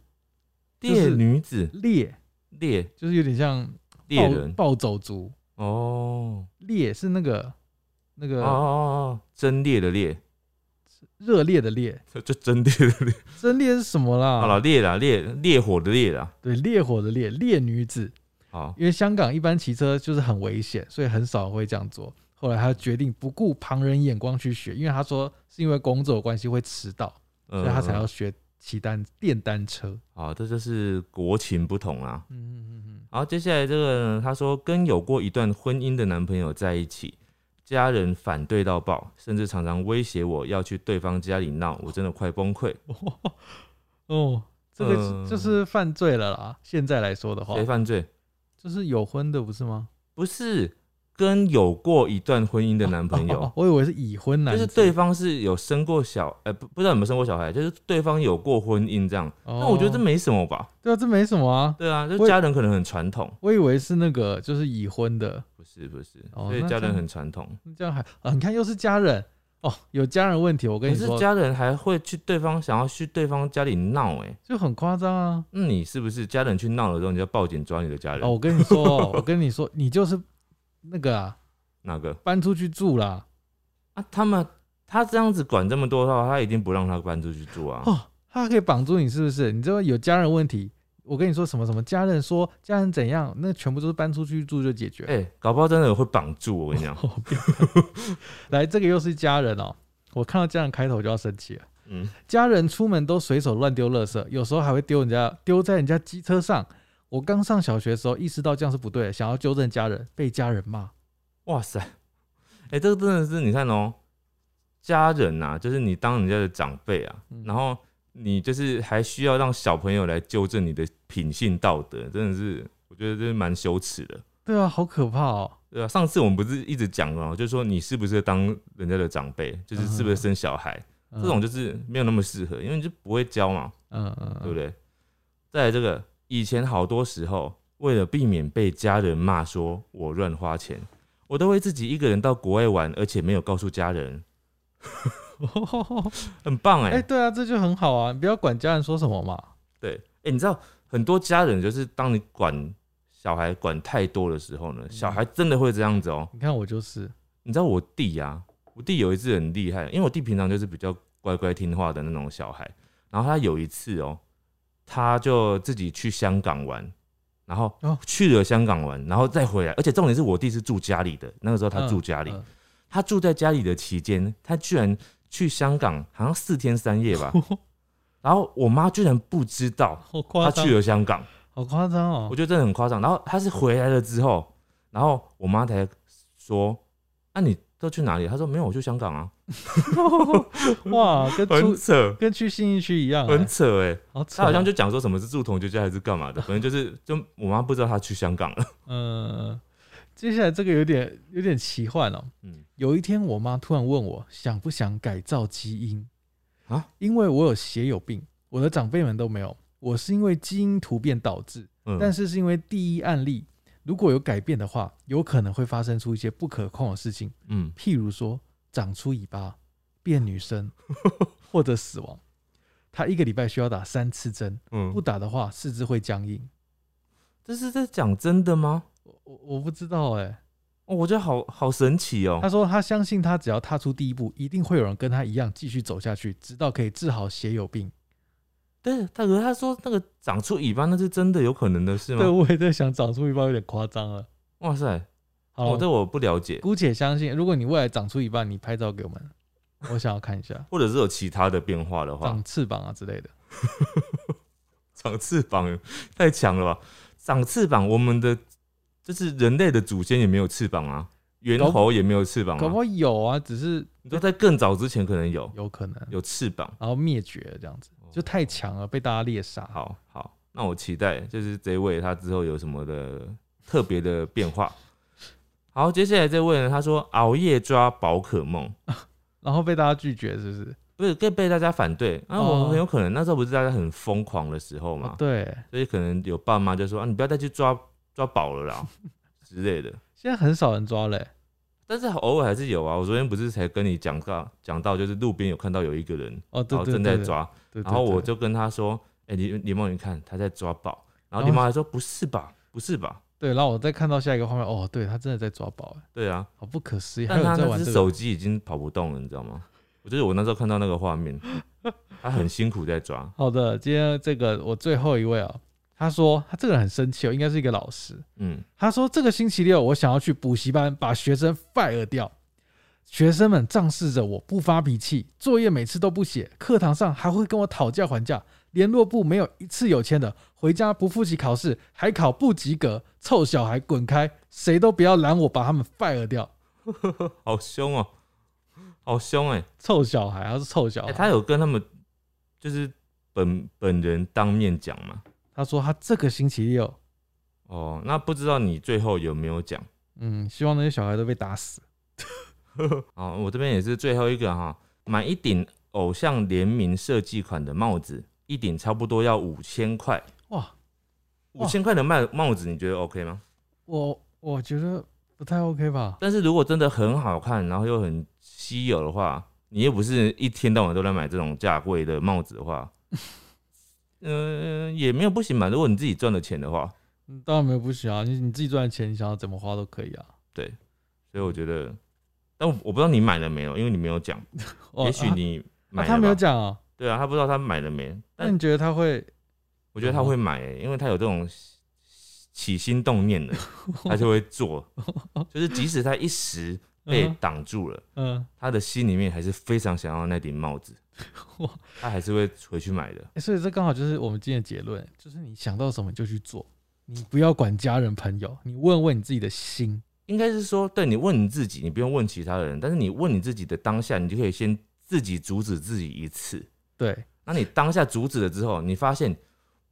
就是
烈女子，
烈
猎
就是有点像
猎人
暴暴走族，
哦
烈是那个那
哦哦
个
哦，真猎 的猎，
热烈的烈，
就就真猎的猎。
真烈是什么啦？
好了，猎啦，猎烈火的烈啦。
对，烈火的烈，烈女子，
好，
因为香港一般骑车就是很危险，所以很少会这样做。后来他决定不顾旁人眼光去学，因为他说是因为工作的关系会迟到，
嗯
所以他才要学骑单电单车。
好，这就是国情不同啦。
嗯嗯嗯
好，接下来这个呢，他说跟有过一段婚姻的男朋友在一起，家人反对到爆，甚至常常威胁我要去对方家里闹，我真的快崩溃。
嗯，哦 哦，这个
嗯
是就是犯罪了啦。现在来说的话
谁，犯罪？
就是有婚的不是吗？
不是跟有过一段婚姻的男朋
哦哦
友
哦，我以为是已婚男
就
子，
是对方是有生过小，呃，不不知道有没有生过小孩，就是对方有过婚姻这样。
哦。
那我觉得这没什么吧？
对啊，这没什么啊。
对啊，就
我
家人可能很传统，
我以为是那个就是已婚的，
不是不是，
哦
所以
那
家
这
人
样
很传统。
这样还啊？你看又是家人哦，有家人问题，我跟
可
你
是
说，
家人还会去对方想要去对方家里闹，哎，
就很夸张啊。
那你是不是家人去闹了之后，你就要报警抓你的家
哦，
人？
我跟你说哦，我跟你说，你就是那个啊，
哪个
搬出去住啦。
啊？他们他这样子管这么多的话，他一定不让他搬出去住啊。
哦，他可以绑住你，是不是？你知道有家人问题，我跟你说什么什么家人说家人怎样，那全部都是搬出去住就解决。。
哎，搞不好真的会绑住我跟你 讲
好变态来，这个又是家人哦，我看到家人开头就要生气了。
嗯，
家人出门都随手乱丢垃圾，有时候还会丢人家丢在人家机车上。我刚上小学的时候意识到这样是不对的，想要纠正家人，被家人骂。
哇塞，哎，这个真的是你看哦，家人呐、就是你当人家的长辈啊，
嗯
然后你就是还需要让小朋友来纠正你的品性道德，真的是我觉得这是蛮羞耻的，
对啊，好可怕哦。
对吧、呃上次我们不是一直讲哦，就是说你是不是当人家的长辈，就是是不是生小孩，
嗯
这种就是没有那么适合，因为你就不会教嘛，
嗯嗯，
对不对？再来这个，以前好多时候为了避免被家人骂说我乱花钱，我都会自己一个人到国外玩，而且没有告诉家人，
对？
很棒哎、
哎、对啊，这就很好啊，你不要管家人说什么嘛。
对，哎、你知道很多家人就是当你管小孩管太多的时候
嗯
呢，小孩真的会这样子哦、
你看我就是，
你知道我弟呀、我弟有一次很厉害，因为我弟平常就是比较乖乖听话的那种小孩。然后他有一次哦、他就自己去香港玩，然后
哦
去了香港玩，然后再回来。而且重点是我弟是住家里的，那个时候他住家里。
嗯
他住在家里的期间，他居然去香港，好像四天三夜 吧。然后我妈居然不知道
好
他
夸张，
去了香港，
好夸张哦
我。觉得真的很夸张。然后他是回来了之后，然后我妈才说：“那、你都去哪里？”他说：“没有，我去香港啊。”
哇，跟
很
出
扯，
跟去信义区一样、
很
欸，
扯哎、
好扯
他
哦
好像就讲说什么是住同学家还是干嘛的，反正就是就我妈不知道他去香港 了。
嗯，接下来这个有点有点奇幻哦。
嗯，
有一天，我妈突然问我想不想改造基因
啊，
因为我有血友病，我的长辈们都没有，我是因为基因突变导致，
嗯
但是是因为第一案例如果有改变的话，有可能会发生出一些不可控的事情，
嗯，
譬如说长出尾巴、变女 生或者死亡。她一个礼拜需要打三次针，不
嗯，
打的话四肢会僵硬。
这是在讲真的吗？
我我我不知道哎、
哦，我觉得好好神奇哦
他。说他相信他只要踏出第一步，一定会有人跟他一样继续走下去，直到可以治好血友病。
但是他可是他说那个长出尾巴那是真的有可能的事
对，
吗？
我也在想，长出一半有点夸张了。
哇塞，
好，
哦，这我不了解，
姑且相信，如果你未来长出一半，你拍照给我 们，我想要看一下
或者是有其他的变化的话
长，翅膀啊之类的。
长翅膀太强了吧？长翅膀，我们的就是人类的祖先也没有翅膀啊，猿
搞不
猴也没有翅膀
搞不
啊，
好有啊，只是
你都在更早之前可能有
有可能，
有翅膀，
然后灭绝了这样子，就太强了，被大家猎杀。
好好，那我期待就是这一位他之后有什么的特别的变化。好，接下来这位呢，他说熬夜抓宝可梦，
然后被大家拒绝，是不是？
不是更被大家反对啊？
哦
我很有可能那时候不是大家很疯狂的时候
哦
嘛，，
对，
所以可能有爸妈就说啊，你不要再去抓抓宝 了啦之类的。
现在很少人抓欸嘞、
但是偶尔还是有啊。我昨天不是才跟你讲到讲到，就是路边有看到有一个人，
哦，对
然后
对
正在
对，
抓，
对对
然后我
对
就跟他说：“哎、李李梦，你看他在抓宝。”然
然
后
后
李梦还说：“不是吧，不是吧
对，然后我再看到下一个画面，哦，对他真的在抓宝、欸，？”
对啊，
好不可思议，还
但
有
他
人在
那
玩这
只
个
手机已经跑不动了，你知道吗？我就是我那时候看到那个画 面，他很辛苦在抓。
好的，今天这个我最后一位啊、他说他这个人很生气哦，应该是一个老师。
嗯，
他说这个星期六我想要去补习班把学生 fire 掉，学生们仗势着我不发脾气，作业每次都不写，课堂上还会跟我讨价还价，联络部没有一次有签的，回家不复习考试还考不及格，臭小孩滚开，谁都不要拦我把他们 fire 掉，
好凶哦、好凶哎、
臭小孩，他是臭小
哎、
孩。
他有跟他们就是本本人当面讲嘛？
他说他这个星期六，
哦，那不知道你最后有没有讲？
嗯，希望那些小孩都被打死。
好，哦我这边也是最后一个哈，买一顶偶像联名设计款的帽子，一顶差不多要五千块，
哇，
五
哇
千块的帽帽子，你觉得 OK 吗？
我我觉得不太 OK 吧？
但是如果真的很好看，然后又很稀有的话，你又不是一天到晚都在买这种价贵的帽子的话， 嗯、也没有不行吧？如果你自己赚的钱的话，
嗯，当然没有不行啊，你你自己赚的钱，你想要怎么花都可以啊。
所以我觉得，但我我不知道你买了没有，因为你没有讲，
哦
也许
啊
你买
啊
了吧、
他没有讲啊，
对啊，他不知道他买了没，但
那你觉得他会？
我觉得他会买、欸，因为他有这种起起心动念的，他就会做。就是即使他一时被
嗯
挡住了，
嗯、
他的心里面还是非常想要那顶帽子
哇，
他还是会回去买的。
欸所以这刚好就是我们今天的结论，就是你想到什么就去做，你不要管家人朋友，你问问你自己的心。
应该是说，对你问你自己，你不用问其他人，但是你问你自己的当下，你就可以先自己阻止自己一次。
对，
那你当下阻止了之后，你发现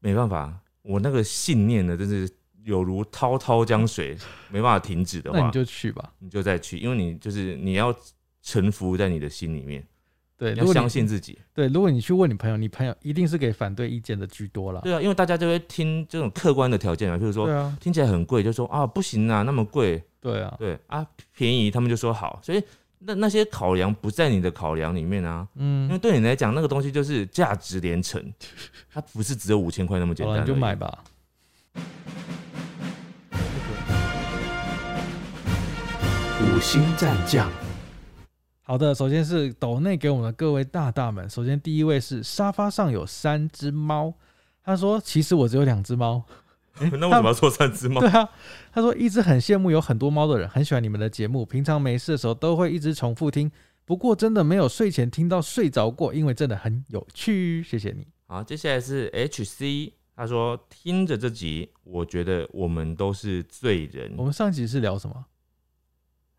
没办法，我那个信念呢，真是有如滔滔江水，没办法停止的话，
那你就去吧。
你就再去，因为你就是你要臣服在你的心里面，
对，
你
如
要
果
相
你
信自己。
对，如果你去问你朋友，你朋友一定是给反对意见的居多啦。
对啊，因为大家就会听这种客观的条件嘛，譬如说、
对啊，
听起来很贵，就说啊不行啊，那么贵，
对啊，
对啊便宜，他们就说好，所以那那些考量不在你的考量里面啊，因为
嗯，
对你来讲那个东西就是价值 连城，它不是只有五千块那么简
好
单
了，
而已，
你就买吧。
五星战将，
好的，首先是斗内给我们的各位大大们。首先第一位是沙发上有三只猫，他说其实我只有两只猫。
那为什么要做三只猫
对？啊，他说一直很羡慕有很多猫的人，很喜欢你们的节目，平常没事的时候都会一直重复听。不过真的没有睡前听到睡着过，因为真的很有趣。谢谢你。
好，接下来是 H C，他说听着这集，我觉得我们都是罪人
我。们上一集是聊什么？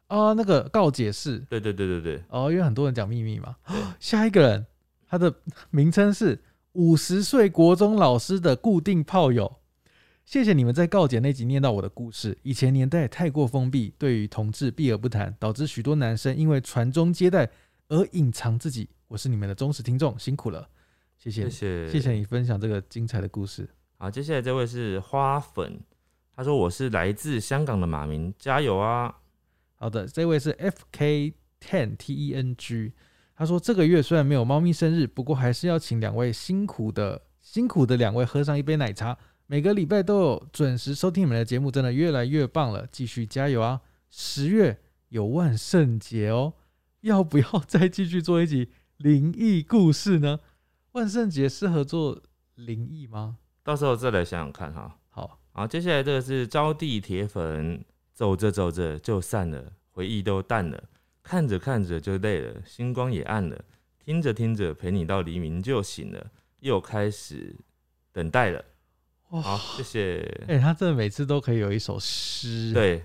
啊，那个告解室
对对对对对，
哦，因为很多人讲秘密嘛。 下一个人，他的名称是五十岁国中老师的固定炮友。谢谢你们在告解那集念到我的故事。以前年代太过封闭，对于同志避而不谈，导致许多男生因为传宗接代而隐藏自己。我是你们的忠实听众，辛苦了，谢谢
谢
你，
谢
谢谢你分享这个精彩的故事。
好，接下来这位是花粉，他说我是来自香港的马明，加油啊！
好的，这位是 F K Ten T E N G，他说这个月虽然没有猫咪生日，不过还是要请两位辛苦的辛苦的两位喝上一杯奶茶。每个礼拜都有准时收听你们的节目，真的越来越棒了，继续加油啊！十月有万圣节哦，要不要再继续做一集灵异故事呢？万圣节适合做灵异吗？
到时候再来想想看哈。
好，
好，接下来这个是招娣铁粉，走着走着就散了，回忆都淡了，看着看着就累了，星光也暗了，听着听着陪你到黎明就醒了，又开始等待了。
哇
好，谢谢。
哎、他真的每次都可以有一首诗、啊。
对，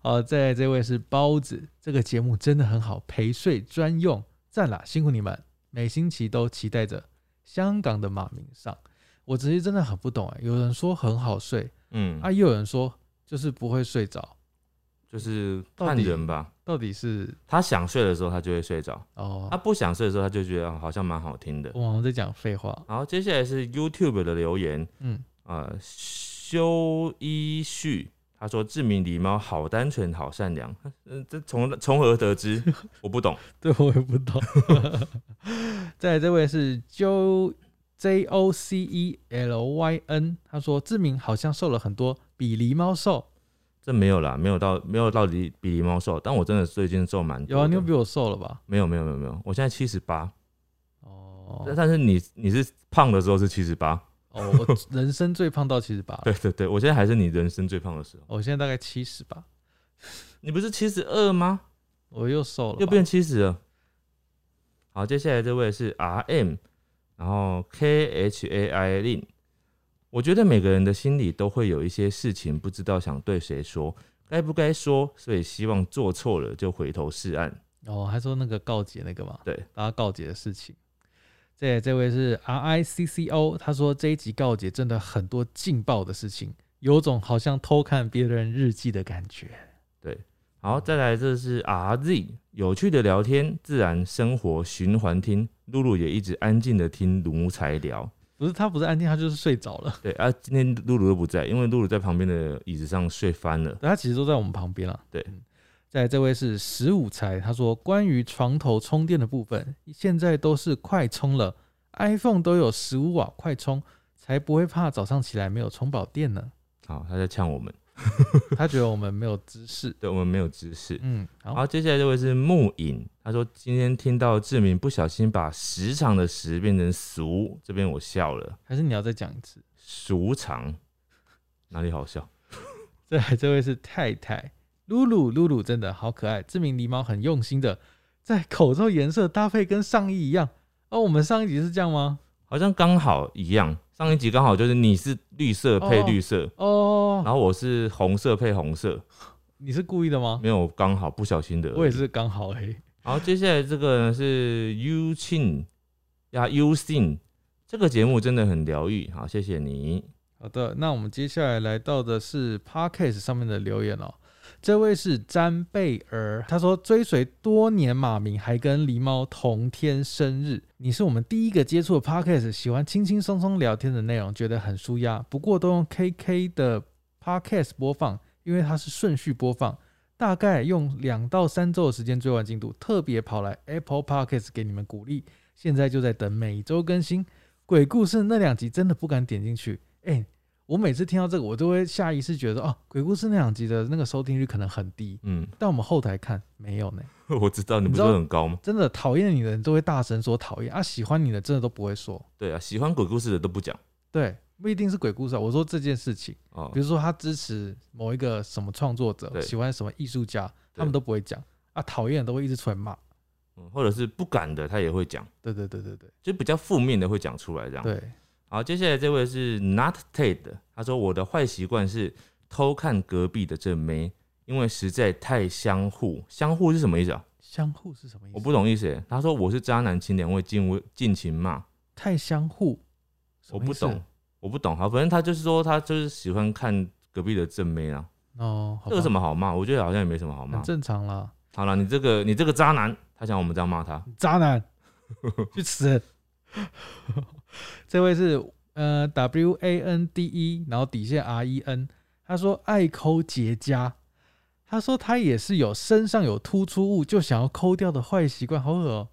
好，再来这位是包子，这个节目真的很好，陪睡专用，赞啦，辛苦你们，每星期都期待着香港的马明上。我其实真的很不懂哎、有人说很好睡，
嗯，
啊，又有人说就是不会睡着，
就是
到
看
底
人吧。
到底是
他想睡的时候，他就会睡着；
哦
他，不想睡的时候，他就觉得、哦好像蛮好听的。
我们在讲废话，
好，接下来是 YouTube 的留言，
嗯，
呃，修一旭他说：“志明狸猫好单纯，好善良。” 嗯，这从从何得知？ 我不懂。
对我也不懂。再来这位是 Jo J O C E L Y N，他说志明好像瘦了很多，比狸猫瘦，
这没有啦，没有到没有到比比狸猫瘦，但我真的最近瘦蛮多
有
的。
啊，你有比我瘦了吧？
没有没有没有没有，我现在七十八，
哦，
但但是你你是胖的时候是七十八，
哦， 我人生最胖到七十八了
对，对对，我现在还是你人生最胖的时候。
我现在大概七十吧，
你不是七十二吗？
我又瘦了吧，
又变七十了。好，接下来这位是 R M，然后 K H A I Lin。我觉得每个人的心里都会有一些事情不知道想对谁说，该不该说，所以希望做错了就回头是岸。
哦，还说那个告解那个嘛，
对，
大家告解的事情。这这位是 R I C C O，他说这一集告解真的很多劲爆的事情，有种好像偷看别人日记的感觉。
好，再来这是 R Z，有趣的聊天，自然生活循环听，露露也一直安静的听奴才聊。
不是他不是安静，他就是睡着了。
对啊，今天露露都不在，因为露露在旁边的椅子上睡翻了。
对他其实都在我们旁边了。
对
嗯，在这位是十五才，他说关于床头充电的部分，现在都是快充了，iPhone 都有十五瓦快充，才不会怕早上起来没有充饱电呢。
好，他在呛我们，
他觉得我们没有知识。
对我们没有知识。
嗯，好，
好，接下来这位是木影，他说今天听到志明不小心把时长的时变成俗，这边我笑了，
还是你要再讲一次。
俗长哪里好笑？
再来这位是太太露露，露露真的好可爱。志明狸猫很用心的在口罩颜色搭配跟上衣一样。哦，我们上一集是这样吗？
好像刚好一样，上一集刚好就是你是绿色配绿色，
哦，
然后我是红色配红色，
你是故意的吗？
没有刚好不小心的。
我也。是刚好诶、
好，接下来这个呢是 U Chin 呀 U Sin，这个节目真的很疗愈，好，谢谢你。
好的，那我们接下来来到的是 Podcast 上面的留言哦。这位是詹贝尔，他说追随多年马明，还跟狸猫同天生日。你是我们第一个接触的 Podcast，喜欢轻轻松松聊天的内容，觉得很舒压。不过都用 KK 的 Podcast 播放，因为它是顺序播放，大概用两到三周的时间追完进度。特别跑来 Apple Podcast 给你们鼓励，现在就在等每周更新。鬼故事那两集真的不敢点进去，哎、我每次听到这个，我都会下意识觉得，哦，鬼故事那两集的那个收听率可能很低，
嗯，
但我们后台看没有呢。
我知道你不
你
是
知道
很高吗？
真的讨厌你的人都会大声说讨厌啊，喜欢你的真的都不会说。
对啊，喜欢鬼故事的都不讲
对，不一定是鬼故事啊。我说这件事情，
哦
比。如说他支持某一个什么创作者，
对
喜欢什么艺术家，他们
对
都不会讲啊，讨厌的都会一直出来骂。
嗯或者是不敢的，他也会讲，
对对对对对
就比较负面的会讲出来这样。，
对，
好，接下来这位是 Not Ted，他说我的坏习惯是偷看隔壁的正妹，因为实在太相互。相互是什么意思啊？
相互是什么意思？
我不懂意思耶。他说我是渣男，请两位尽我尽情骂。
太相互，什
我
么
不
意思
懂，我不懂。好，反正他就是说他就是喜欢看隔壁的正妹啊，
哦，好
这有
吧
什么好骂？我觉得好像也没什么好骂
很。正常啦，
好了，你这个你这个渣男，他想我们这样骂他。
渣 男，去死！这位是呃 W A N D E，然后底线 R E N，他说爱抠结痂，他说他也是有身上有突出物就想要抠掉的坏习惯，好恶哦、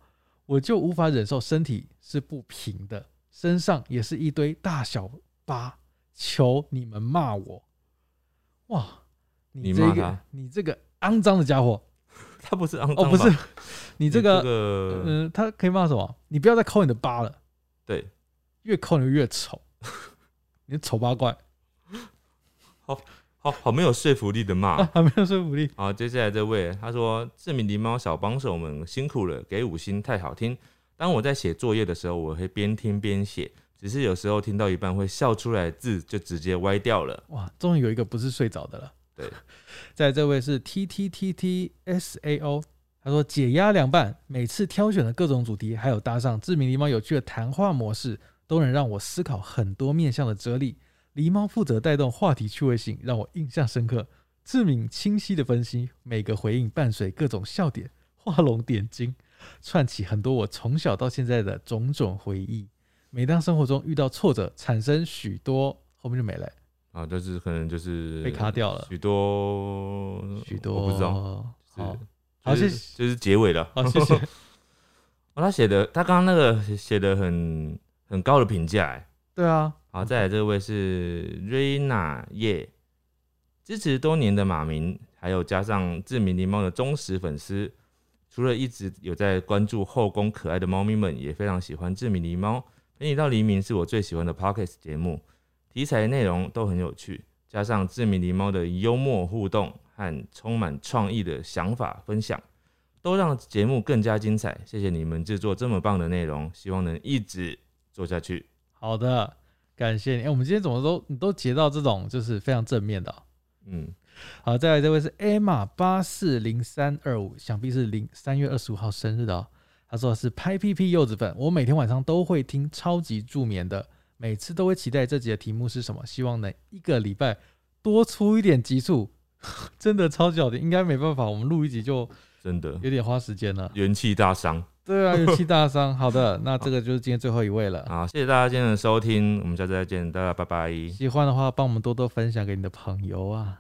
我就无法忍受身体是不平的，身上也是一堆大小疤，求你们骂我！哇，
你
这
骂
个
他
你这个肮脏的家伙
他不是肮脏
哦，不是
吧，
你
你
这个
这个
嗯，他可以骂什么？你不要再抠你的疤了，
对，
越抠你就越 丑，你丑八怪
好好没有说服力的 骂
啊，。还没有说服力。
好，接下来这位他说：“志明狸猫小帮手们辛苦了，给五星太好听。当我在写作业的时候，我会边听边写，只是有时候听到一半会笑出来，字就直接歪掉了。
哇，终于有一个不是睡着的了。
对，
在这位是 T T T T S A O，他说解压凉拌，每次挑选的各种主题，还有搭上志明狸猫有趣的谈话模式，都能让我思考很多面向的哲理。狸猫负责带动话题趣味性，让我印象深刻。志敏清晰的分析，每个回应伴随各种笑点，画龙点睛，串起很多我从小到现在的种种回忆。每当生活中遇到挫折，产生许多后面就没了、
啊，就是可能就是
被卡掉了
许多
许多，
我不知道，是
好，好
就
谢
是
谢
就是结尾了。
好，谢谢。
哦他写的，他刚刚那个写的很很高的评价、欸。
对啊，
好，再来这位是瑞娜叶，支持多年的马明，还有加上志明狸猫的忠实粉丝。除了一直有在关注后宫可爱的猫咪们，也非常喜欢志明狸猫。陪你到黎明是我最喜欢的 Pockets 节目，题材内容都很有趣，加上志明狸猫的幽默互动和充满创意的想法分享，都让节目更加精彩。谢谢你们制作这么棒的内容，希望能一直做下去。
好的，感谢你。哎、我们今天怎么都你都截到这种就是非常正面的哦、
嗯，
好，再来这位是 Emma 八四零三二五，想必是零三月二十五号生日的哦。他说是拍屁屁柚子粉，我每天晚上都会听，超级助眠的，每次都会期待这集的题目是什么，希望能一个礼拜多出一点集数。 真的超级好听，应该没办法，我们录一集就
真的
有点花时间了。
元气大伤
对啊，元气大伤。好的，那这个就是今天最后一位了。
啊！谢谢大家今天的收听，我们下次再见，大家拜拜。
喜欢的话，帮我们多多分享给你的朋友啊。